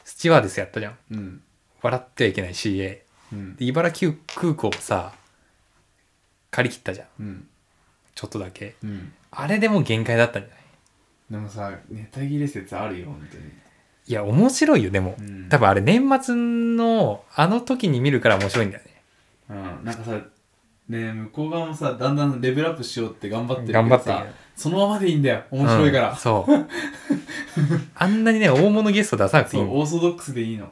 Speaker 1: スチュワーデスやったじゃん。
Speaker 2: うん
Speaker 1: 笑ってはいけない CA。
Speaker 2: うん
Speaker 1: で、茨城空港をさ、借り切ったじゃん。
Speaker 2: うん
Speaker 1: ちょっとだけ。
Speaker 2: うん
Speaker 1: あれでもう限界だったんじゃない
Speaker 2: でもさネタ切れ説あるよ本当に
Speaker 1: いや、面白いよ、でも。
Speaker 2: うん
Speaker 1: 多分あれ年末のあの時に見るから面白いんだよね。
Speaker 2: うんなんかさねえ向こう側もさだんだんレベルアップしようって頑張ってるけど
Speaker 1: 頑張ってる
Speaker 2: さそのままでいいんだよ面白いから、
Speaker 1: うんそう。 あんなにね、大物ゲスト出さなくて
Speaker 2: そ
Speaker 1: いういの。
Speaker 2: オーソドックスでいいの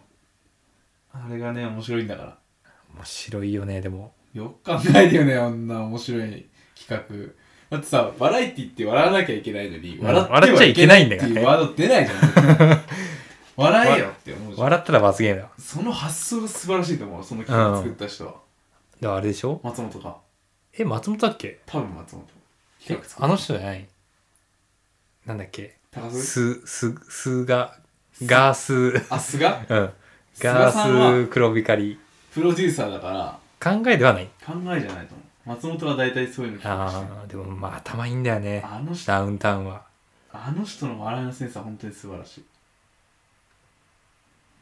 Speaker 2: あれがね面白いんだから
Speaker 1: 面白いよね、でも。
Speaker 2: よく考えるよねあんな面白い企画だってさバラエティって笑わなきゃいけないのに
Speaker 1: うん
Speaker 2: 笑って
Speaker 1: 笑っちゃいけないんだから
Speaker 2: っ
Speaker 1: ね
Speaker 2: ていうワード出ないじゃん絶 対笑えよって思うじゃん
Speaker 1: 笑ったら罰ゲームだ。だか
Speaker 2: その発想が素晴らしいと思うその企画作った人は、
Speaker 1: らあれでしょ
Speaker 2: 松本か
Speaker 1: え、松本だっけ
Speaker 2: 多分松本
Speaker 1: え
Speaker 2: 企画作った
Speaker 1: あの人じゃないなんだっけ
Speaker 2: 高須
Speaker 1: す、す、すが、ガース、うん。
Speaker 2: あ菅菅
Speaker 1: ガ
Speaker 2: さんは
Speaker 1: ース黒光り。
Speaker 2: プロデューサーだから
Speaker 1: 考えではない。
Speaker 2: 考えじゃないと思う松本は大体そういうの企画してる
Speaker 1: ああ、でもまあ頭いいんだよね。
Speaker 2: あの人
Speaker 1: ダウンタウンは。
Speaker 2: あの人の笑いのセンスは本当に素晴らしい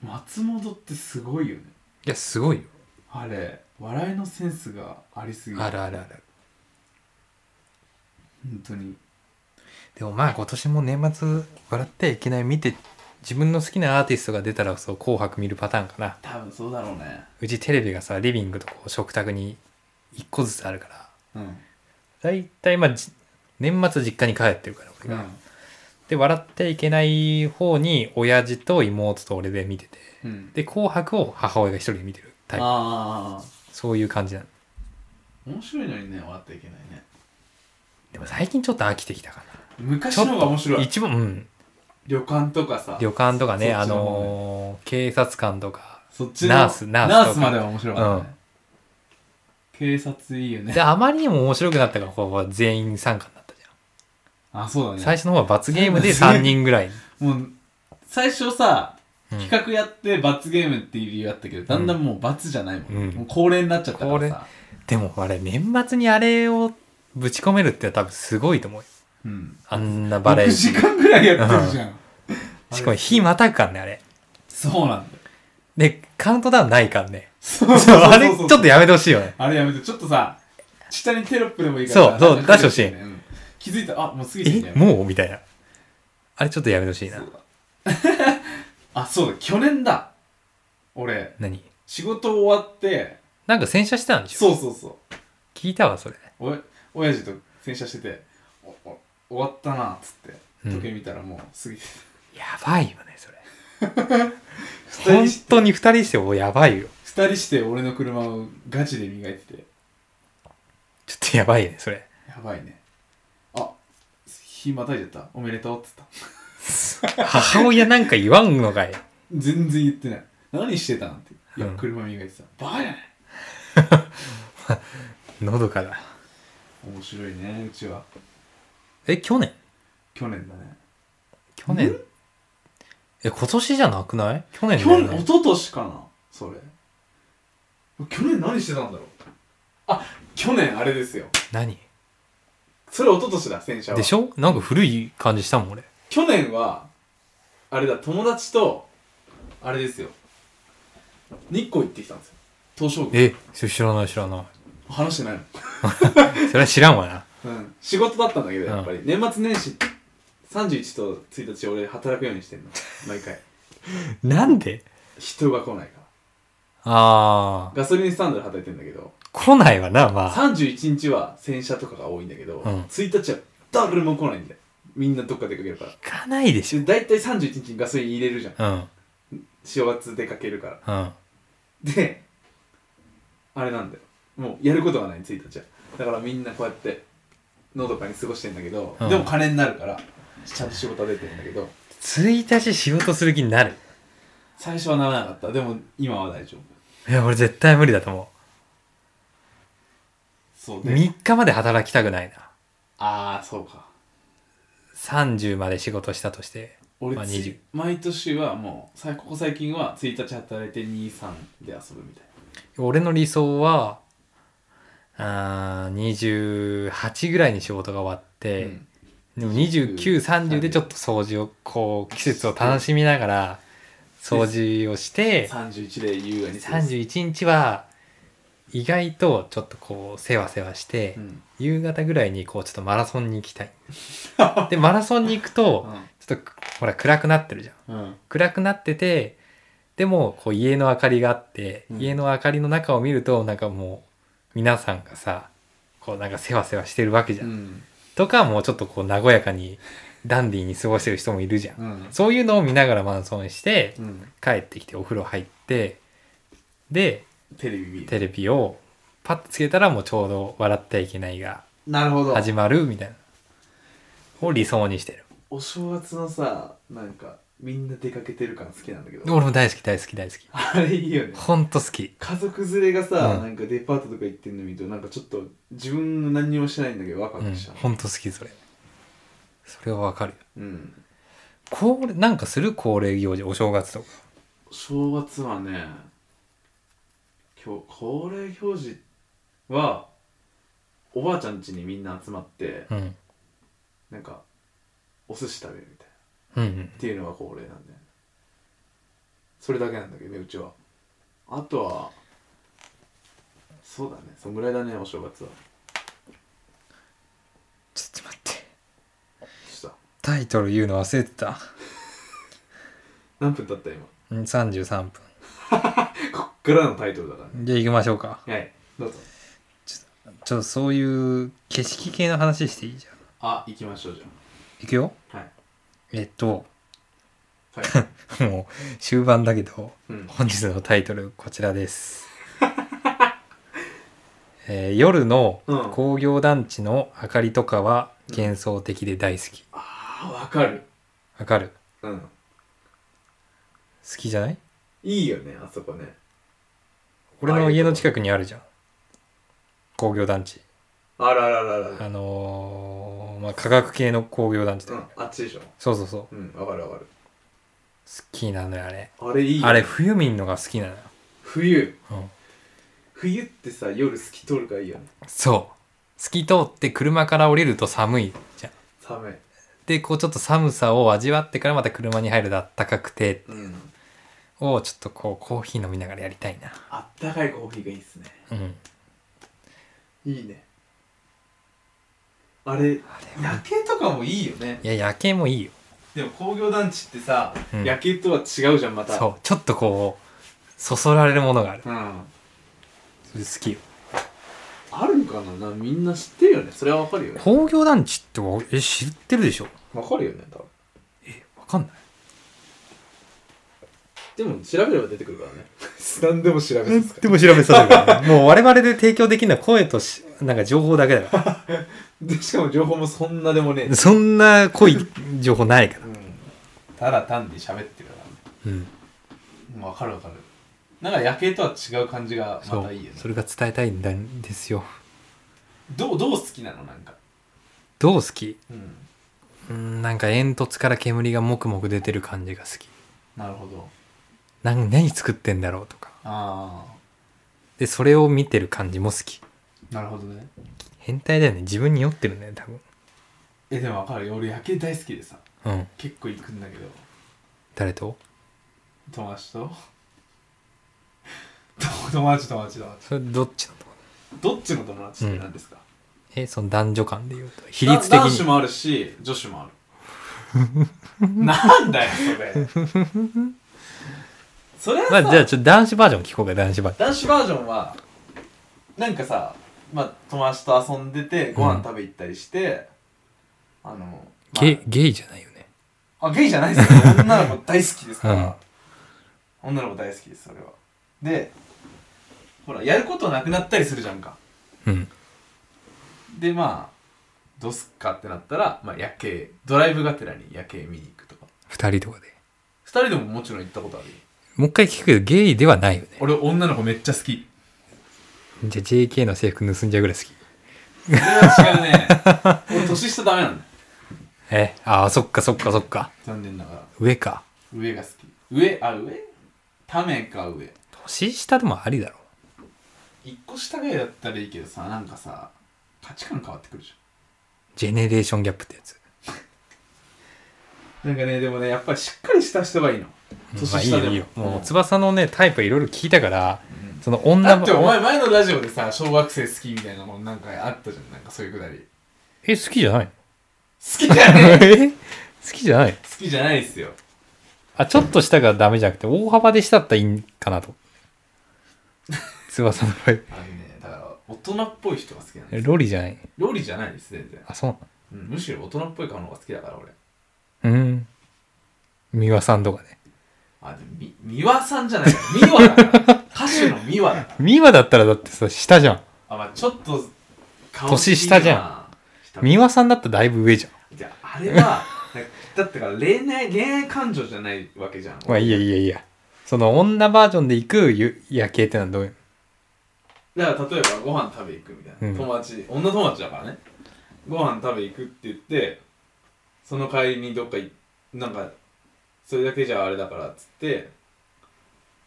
Speaker 2: 松本ってすごいよね
Speaker 1: いや、すごいよ。
Speaker 2: あれ笑いのセンスがありすぎる
Speaker 1: あ
Speaker 2: 本
Speaker 1: るあるある。
Speaker 2: 当に
Speaker 1: でもまあ今年も年末笑ってはいけない見て自分の好きなアーティストが出たらそう紅白見るパターンかな
Speaker 2: 多分そうだろうね
Speaker 1: うちテレビがさリビングとこう食卓に一個ずつあるから
Speaker 2: うん
Speaker 1: だいたいまあじ年末実家に帰ってるから俺が、で笑ってはいけない方に親父と妹と俺で見てて
Speaker 2: うん、うん、
Speaker 1: で紅白を母親が一人で見てるタイプ
Speaker 2: ああ
Speaker 1: そういう感じなの
Speaker 2: 面白いのにね笑ってはいけないね
Speaker 1: でも最近ちょっと飽きてきたか
Speaker 2: 昔の方が面白
Speaker 1: ない一番うん
Speaker 2: 旅館とかさ
Speaker 1: 旅館とか
Speaker 2: そ
Speaker 1: ね
Speaker 2: っ
Speaker 1: あ
Speaker 2: ちの方ね
Speaker 1: のー警察官とか
Speaker 2: そっちの
Speaker 1: ナースナース
Speaker 2: ナー
Speaker 1: と
Speaker 2: ス
Speaker 1: か
Speaker 2: までは面白かったね、警察いいよね
Speaker 1: で、あまりにも面白くなったから、こう、全員参加になったじ
Speaker 2: あそう
Speaker 1: ゃん。
Speaker 2: だ
Speaker 1: 最
Speaker 2: ね
Speaker 1: 初の方は罰ゲームで3人ぐらい。
Speaker 2: もう最初さ
Speaker 1: うん
Speaker 2: 企画やって罰ゲームっていう理由あったけど、だんだんもう罰じゃないもん、
Speaker 1: うん
Speaker 2: もう恒例になっちゃったからさ、
Speaker 1: でも、あれ、年末にあれをぶち込めるって多分すごいと思うよ。
Speaker 2: うん、
Speaker 1: あんなバレ
Speaker 2: 6
Speaker 1: エ。
Speaker 2: 時
Speaker 1: し
Speaker 2: 間ぐらいやってるじゃん、
Speaker 1: かも火またぐからね、あれ。
Speaker 2: そうなんだよ
Speaker 1: で、カウントダウンないからね。
Speaker 2: そう
Speaker 1: そう、あれ、ち
Speaker 2: そ
Speaker 1: ょ
Speaker 2: う
Speaker 1: っとやめてほしいよね。
Speaker 2: あれやめてちょっとさ下にテロップでもいいからさ
Speaker 1: そうそう
Speaker 2: なんか
Speaker 1: 出してほしい
Speaker 2: うん気づいたらあもう過ぎてんだ
Speaker 1: え
Speaker 2: よ
Speaker 1: もうみたいな。あれ、ちょっとやめてほしいな。
Speaker 2: あそうだ去年だ俺
Speaker 1: 何
Speaker 2: 仕事終わって
Speaker 1: なんか洗車してたんでしょ
Speaker 2: そうそうそう
Speaker 1: 聞いたわ、それ。
Speaker 2: おや親父と洗車してておお終わったなっつって
Speaker 1: うん
Speaker 2: 時計見たらもう過ぎて
Speaker 1: やばいよね、それ。
Speaker 2: た、二
Speaker 1: 本
Speaker 2: 人し
Speaker 1: 当に2人してもやばいよ。
Speaker 2: 二二人して俺の車をガチで磨いてて
Speaker 1: ちょっとやばいね、それ。
Speaker 2: やばいねあ日またいじゃったおめでとうって言った
Speaker 1: 母親なんか言わんのかい。
Speaker 2: 全然言ってない何してたんっていや
Speaker 1: うん
Speaker 2: 車磨いてた、バカじゃない
Speaker 1: のどかだ。
Speaker 2: 面白いねうちは
Speaker 1: え、去年
Speaker 2: 去年だね
Speaker 1: 去年え、今年じゃなくない去年だ
Speaker 2: 去
Speaker 1: よ
Speaker 2: 年一
Speaker 1: ね。
Speaker 2: 昨年かなそれ去年何してたんだろうあ去年あれですよ
Speaker 1: 何
Speaker 2: それ一昨年だ戦車は
Speaker 1: でしょなんか古い感じしたもん、俺。
Speaker 2: 去年はあれだ友達とあれですよ日光行ってきたんですよ東照宮
Speaker 1: え、それ知らない知らない。
Speaker 2: 話してないの
Speaker 1: それは知らんわな。
Speaker 2: うん仕事だったんだけど
Speaker 1: うん
Speaker 2: やっぱり、年末年始31と1日俺働くようにしてん の毎回
Speaker 1: なんで
Speaker 2: 人が来ないから
Speaker 1: あ
Speaker 2: ガソリンスタンドで働いてんだけど
Speaker 1: ー、来ないわな、まあ。
Speaker 2: 31日は洗車とかが多いんだけど、
Speaker 1: うん
Speaker 2: 1日は誰も来ないんだよみんなどっか出かけるから
Speaker 1: 行かないでしょ。
Speaker 2: で大体31日にガソリン入れるじゃん
Speaker 1: うん、
Speaker 2: 正月出かけるから
Speaker 1: うん。
Speaker 2: であれなんだよもうやることがない1日はだからみんなこうやってのどかに過ごしてんだけど、
Speaker 1: うん
Speaker 2: でも金になるからちゃんと仕事は出てるんだけど
Speaker 1: 1日仕事する気になる。
Speaker 2: 最初はならなかったでも今は大丈夫
Speaker 1: いや、俺絶対無理だと思
Speaker 2: そう
Speaker 1: う。
Speaker 2: ね
Speaker 1: 3日まで働きたくないな。
Speaker 2: ああそうか
Speaker 1: 30まで仕事したとして。
Speaker 2: 俺、
Speaker 1: まあ
Speaker 2: つ
Speaker 1: 20
Speaker 2: 毎年はもうさいここ最近は1日働いて23で遊ぶみたい
Speaker 1: 俺の理想は、あー28ぐらいに仕事が終わって、
Speaker 2: な、うん
Speaker 1: でも2930でちょっと掃除をこう季節を楽しみながら掃除をして
Speaker 2: 31で優雅に過ごす
Speaker 1: 31日は意外とちょっとこうせわせわして、
Speaker 2: うん
Speaker 1: 夕方ぐらいにこうちょっとマラソンに行きたいでマラソンに行くとちょっとほら暗くなってるじゃん
Speaker 2: うんうん
Speaker 1: 暗くなっててでもこう家の明かりがあって、
Speaker 2: うん
Speaker 1: 家の明かりの中を見るとなんかもう皆さんがさこうなんかせわせわしてるわけじゃ、
Speaker 2: うんん
Speaker 1: とかもうちょっとこう和やかにダンディーに過ごしてる人もいるじゃん、
Speaker 2: うん
Speaker 1: そういうのを見ながらマラソンして
Speaker 2: うん
Speaker 1: 帰ってきてお風呂入ってで
Speaker 2: テレビ見る
Speaker 1: テレビをパッとつけたらもうちょうど「笑ってはいけない」が
Speaker 2: なるほど
Speaker 1: 始まるみたいなを理想にしてる
Speaker 2: お正月のさなんかみんな出かけてる感好きなんだけど
Speaker 1: 俺も大好き大好き大好き
Speaker 2: あれいいよね
Speaker 1: ほんと好き
Speaker 2: 家族連れがさ、
Speaker 1: うん
Speaker 2: なんかデパートとか行ってんの見るとなんかちょっと自分何にもしてないんだけどワク
Speaker 1: う
Speaker 2: ワク
Speaker 1: ん
Speaker 2: しちゃう
Speaker 1: ほんと好きそれそれはわかるよ
Speaker 2: うん
Speaker 1: 恒例なんかする恒例行事お正月とか
Speaker 2: 正月はね今日恒例行事はおばあちゃん家にみんな集まって
Speaker 1: うん
Speaker 2: なんかお寿司食べるみたいな
Speaker 1: うんうん
Speaker 2: っていうのが恒例なんだよねそれだけなんだけどねうちはあとはそうだねそんぐらいだねお正月は
Speaker 1: ちょっと待って
Speaker 2: した
Speaker 1: タイトル言うの忘れてた
Speaker 2: 何分経った今
Speaker 1: うん33分
Speaker 2: こっからのタイトルだからね
Speaker 1: じゃあ行きましょうか
Speaker 2: はいどうぞ
Speaker 1: ちょっとそういう景色系の話していいじゃん
Speaker 2: あ行きましょうじ
Speaker 1: いくよ
Speaker 2: ゃんはい
Speaker 1: えっと
Speaker 2: はい、
Speaker 1: もう終盤だけど
Speaker 2: うん、
Speaker 1: 本日のタイトルこちら です、えー夜の
Speaker 2: うん
Speaker 1: 工業団地の明かりとかは幻想的で大好き
Speaker 2: ああわかる
Speaker 1: わかる
Speaker 2: うん
Speaker 1: 好きじゃない
Speaker 2: いいよねあそこね
Speaker 1: 俺の家の
Speaker 2: く
Speaker 1: 近くにあるじゃん工業団地
Speaker 2: あららららら
Speaker 1: あのーまあ科学系の工業団地だ
Speaker 2: う
Speaker 1: よ
Speaker 2: ん
Speaker 1: ね、
Speaker 2: あっちでしょ
Speaker 1: そうそうそう好
Speaker 2: うんわかるわかる
Speaker 1: きなのよあれ
Speaker 2: あれいいよね
Speaker 1: あれ冬見んのが好きなのよ、
Speaker 2: 冬
Speaker 1: うん、
Speaker 2: 冬ってさ夜透き通るからいいよね
Speaker 1: そう透き通って車から降りると寒いじゃん
Speaker 2: 寒い
Speaker 1: でこうちょっと寒さを味わってからまた車に入るとあったかくて
Speaker 2: うん
Speaker 1: をちょっとこうコーヒー飲みながらやりたいな
Speaker 2: あったかいコーヒーがいいっすね
Speaker 1: うん
Speaker 2: いいねあれ
Speaker 1: あれ
Speaker 2: 夜景とかもいいよね
Speaker 1: いや夜景もいいよ
Speaker 2: でも工業団地ってさ、
Speaker 1: うん
Speaker 2: 夜景とは違うじゃんまた
Speaker 1: そうちょっとこうそそられるものがある
Speaker 2: う、ん、
Speaker 1: それ好きよ
Speaker 2: あるんかななみんな知ってるよねそれはわかるよね
Speaker 1: 工業団地ってわえ知ってるでしょ
Speaker 2: わかるよね多分
Speaker 1: えわかんない
Speaker 2: でも調べれば出てくるからね 何でも調べさすか
Speaker 1: でも調べさせるから、 ね、もう我々で提供できるのは声とし、なんか情報だけだから
Speaker 2: でしかも情報もそんなでも ねえ。
Speaker 1: そんな濃い情報ないから
Speaker 2: う。んただ単に喋ってるからね
Speaker 1: うん。
Speaker 2: うんわかるわかるなんか夜景とは違う感じが
Speaker 1: そ
Speaker 2: また
Speaker 1: う
Speaker 2: いいよね
Speaker 1: それが伝えたいんですよ。
Speaker 2: どうどう好きなのなんか
Speaker 1: どう好き
Speaker 2: うん
Speaker 1: うん、なんか煙突から煙がもくもく出てる感じが好き。
Speaker 2: なるほど
Speaker 1: なん何作ってんだろうとか。
Speaker 2: あ
Speaker 1: で、それを見てる感じも好き。
Speaker 2: あなるほどね
Speaker 1: 変態だよね。自分に酔ってるね、多分。
Speaker 2: えでもわかるよ俺夜景大好きでさ
Speaker 1: うん。
Speaker 2: 結構行くんだけど
Speaker 1: 誰と
Speaker 2: 友達と 友達友達友達
Speaker 1: それどっちのとこ
Speaker 2: どっちの友達って何ですか、
Speaker 1: え、その男女間で言うと。比率的
Speaker 2: だ男子
Speaker 1: に。
Speaker 2: もある し女子もあるなんだよ それそれは
Speaker 1: ま
Speaker 2: さ、
Speaker 1: あ、じゃあちょっと男子バージョン聞こうか、男子バージョン。
Speaker 2: 男子バージョンはなんかさまあ友達と遊んでてご飯食べ行ったりして、あの、まあ
Speaker 1: ゲイゲイじゃないよね。
Speaker 2: あゲイじゃないです よ女の子大好きですから、女の子大好きですそれはでほらやることなくなったりするじゃんか
Speaker 1: うん。
Speaker 2: でまあどうすっかってなったら、まあ、夜景ドライブがてらに夜景見に行くとか
Speaker 1: 二人とかで。
Speaker 2: 二人でももちろん行ったことあるよ
Speaker 1: もう一回聞くけど、ゲイではないよね。
Speaker 2: 俺女の子めっちゃ好 き
Speaker 1: じゃあ JK の制服盗んじゃうぐらい好き。
Speaker 2: それは違うね俺年下ダメなんだよ
Speaker 1: え、ああ、そっかそっかそっか。
Speaker 2: 残念ながら
Speaker 1: 上か。
Speaker 2: 上が好き上あ上タメか上
Speaker 1: 年下でもありだろ。
Speaker 2: 一個下ぐらいだったらいいけどさなんかさ価値観変わってくるじ
Speaker 1: ジェネレーションギャップってやつ。
Speaker 2: ゃんなんかねでもねやっぱりしっかりした人がいいの年
Speaker 1: まあいい
Speaker 2: 下で
Speaker 1: よ
Speaker 2: も、
Speaker 1: いいよ。もう
Speaker 2: つ
Speaker 1: 翼のね、タイプいろいろ聞いたから、
Speaker 2: うん
Speaker 1: その女
Speaker 2: だってお前前のラジオでさ小学生好きみたいなもんなんかあったじゃんなんかそういうくだり好
Speaker 1: え、好きじゃないの
Speaker 2: きじゃ ね え
Speaker 1: え好きじゃないの
Speaker 2: 好きじゃないですよ
Speaker 1: あ、ちょっと下がダメじゃなくて、大幅で下だったらいいんかなと。翼の場合。
Speaker 2: あのねだから大人っぽい人が好きなんで
Speaker 1: え
Speaker 2: す
Speaker 1: ロリじゃない
Speaker 2: 料理じゃないです全然、
Speaker 1: あ、そう
Speaker 2: うん、むしろ大人っぽい顔の方が好きだから俺
Speaker 1: なのうん。美輪さんとかね。
Speaker 2: あでもみ美輪さんじゃない美和だから歌手の美和だから
Speaker 1: 美輪だったらだってさ、下じゃん。
Speaker 2: あ、まあ、ちょっと顔
Speaker 1: 年下じゃ
Speaker 2: ん
Speaker 1: 美輪さんだったらだいぶ上じゃん。
Speaker 2: じゃああれはだってから恋愛恋愛感情じゃないわけじゃん
Speaker 1: まあいいやいいやいいや。その女バージョンで行くゆ夜景ってのはどういう
Speaker 2: だから例えばご飯食べ行くみたいな、
Speaker 1: うん
Speaker 2: 友達女友達だからねご飯食べ行くって言ってその帰りにどっかいなんかそれだけじゃあれだからっつって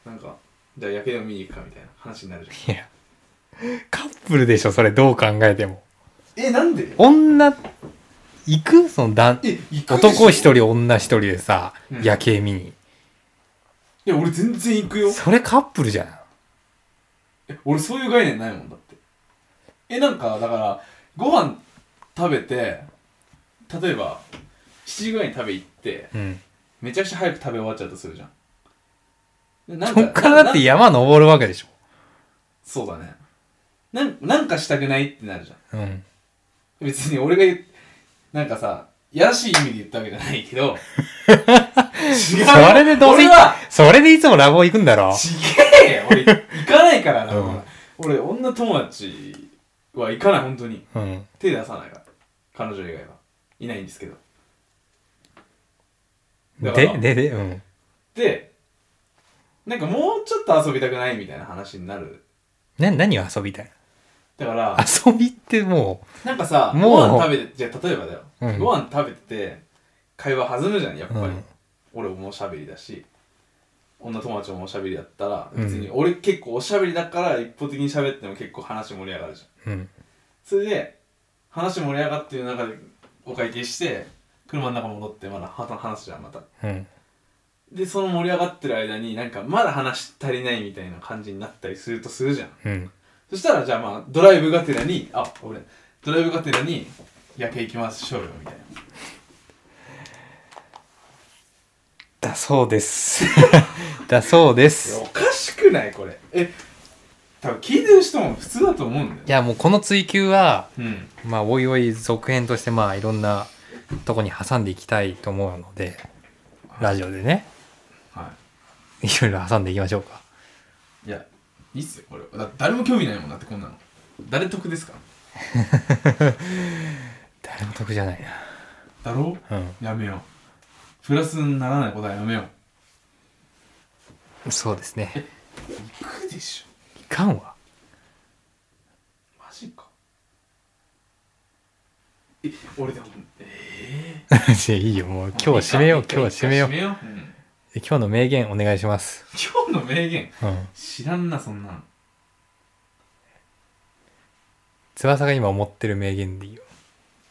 Speaker 2: なんかじゃあ夜景でも見に行くかみたいな話になるじゃん
Speaker 1: いや。カップルでしょ、それどう考えても。
Speaker 2: えなんで
Speaker 1: 女、行くその男、
Speaker 2: え行くでしょ
Speaker 1: 男
Speaker 2: い
Speaker 1: 一人女一人でさ、
Speaker 2: うん
Speaker 1: 夜景見に。
Speaker 2: や俺全然行くよ
Speaker 1: それカップルじゃん。
Speaker 2: え俺そういう概念ないもんだってえなんかだからご飯食べて例えば7時ぐらいに食べ行って
Speaker 1: うん。
Speaker 2: めちゃくちゃ早く食べ終わっちゃうとするじゃんでなん
Speaker 1: そっからだって
Speaker 2: な
Speaker 1: 山登るわけでしょ。
Speaker 2: そうだねなんなんかしたくないってなるじゃ
Speaker 1: うん。
Speaker 2: ん別に俺が言うなんかさやらしい意味で言ったわけじゃないけ ど違う
Speaker 1: それでどうせ
Speaker 2: 俺は、
Speaker 1: それでいつもラボ行くんだろ。
Speaker 2: ちげえよ俺行かないからな、
Speaker 1: うん
Speaker 2: 俺女友達は行かない本当に
Speaker 1: うん。
Speaker 2: 手出さないから彼女以外はいないんですけどだか
Speaker 1: で
Speaker 2: ら、
Speaker 1: で、で、うん。
Speaker 2: でなんかもうちょっと遊びたくないみたいな話になる
Speaker 1: な、何を遊びたい
Speaker 2: だから
Speaker 1: 遊びっても
Speaker 2: なんかさ
Speaker 1: も
Speaker 2: ご
Speaker 1: う
Speaker 2: 飯食べてじゃあ例えばだよ、
Speaker 1: うん
Speaker 2: ご飯食べてて会話弾むじゃんやっぱり、
Speaker 1: うん
Speaker 2: 俺もおしゃべりだし女友達もおしゃべりだったら
Speaker 1: うん
Speaker 2: 別に俺結構おしゃべりだから一方的に喋っても結構話盛り上がるじゃん
Speaker 1: う、うん。
Speaker 2: それで話盛り上がってる中でお会計して車の中戻ってまだは話すじゃんまた
Speaker 1: うん。
Speaker 2: でその盛り上がってる間になんかまだ話足りないみたいな感じになったりするとするじゃん
Speaker 1: うん。
Speaker 2: そしたらじゃあまあドライブがてらにあ俺ドライブがてらに夜景行きましょうよみたいな
Speaker 1: だそうです。だそうです。
Speaker 2: いやおかしくないこれえ多分聞いてる人も普通だと思うんだよ
Speaker 1: いやもうこの追求は
Speaker 2: うん
Speaker 1: まあおいおい続編としてまあいろんなとこに挟んでいきたいと思うのでラジオでね
Speaker 2: はい
Speaker 1: ろいろ挟んでいきましょうか
Speaker 2: いやいいっすよこれはだって誰も興味ないもんだってこんなの誰得ですか
Speaker 1: 誰も得じゃないな
Speaker 2: だろ
Speaker 1: うん
Speaker 2: うやめようプラスにならないことはやめよう
Speaker 1: そうですね
Speaker 2: 行くでし
Speaker 1: いかんわ
Speaker 2: ょマジかえ俺でもええ
Speaker 1: いやいいよもう今日は締めよう今日は締めよう
Speaker 2: 締めよう、
Speaker 1: え今日の名言お願いします
Speaker 2: うん今日の名言
Speaker 1: うん
Speaker 2: 知らんなそんなの
Speaker 1: 翼が今思ってる名言でいいよ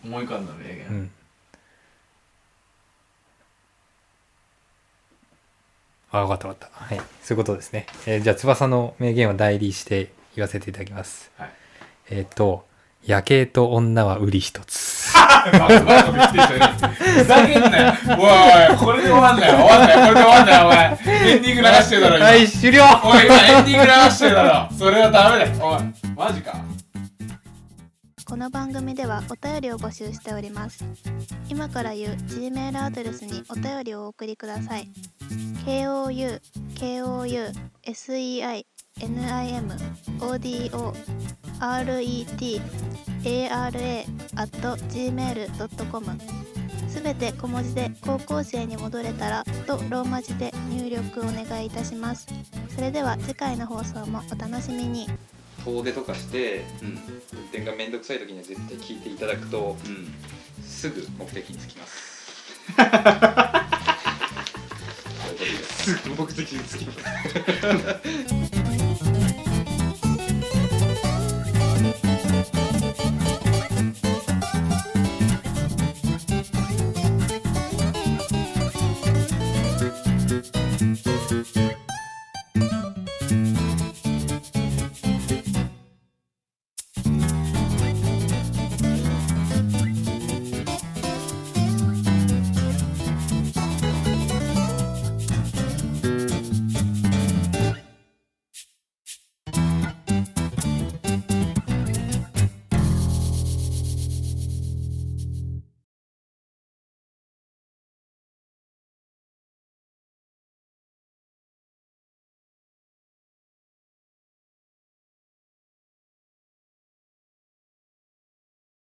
Speaker 2: 思い浮かんだ名言、
Speaker 1: うんあ分かった分かったはいそういうことですね、えーじゃあ翼の名言を代理して言わせていただきます
Speaker 2: はい
Speaker 1: えっ、と「夜景と女は売り一つ」
Speaker 2: あうまいこと言ってる人ねふざけんなよおいおいこれで終わんなよ終わんなよこれで終わんなよお前エンディング流してるだろ今
Speaker 1: はい終了
Speaker 2: おい今エンディング流してるだろそれはダメだよおいマジか
Speaker 3: この番組ではお便りを募集しております今から言う G メールアドレスにお便りをお送りください KOU KOU SEI NIM ODO RET ARA gmail.com すべて小文字で高校生に戻れたらとローマ字で入力お願いいたしますそれでは次回の放送もお楽しみに
Speaker 1: 遠出とかして
Speaker 4: うん
Speaker 1: 運転がめんどくさい時には絶対聞いていただくと
Speaker 4: うん
Speaker 1: すぐ目的につきます
Speaker 4: すごい目的につき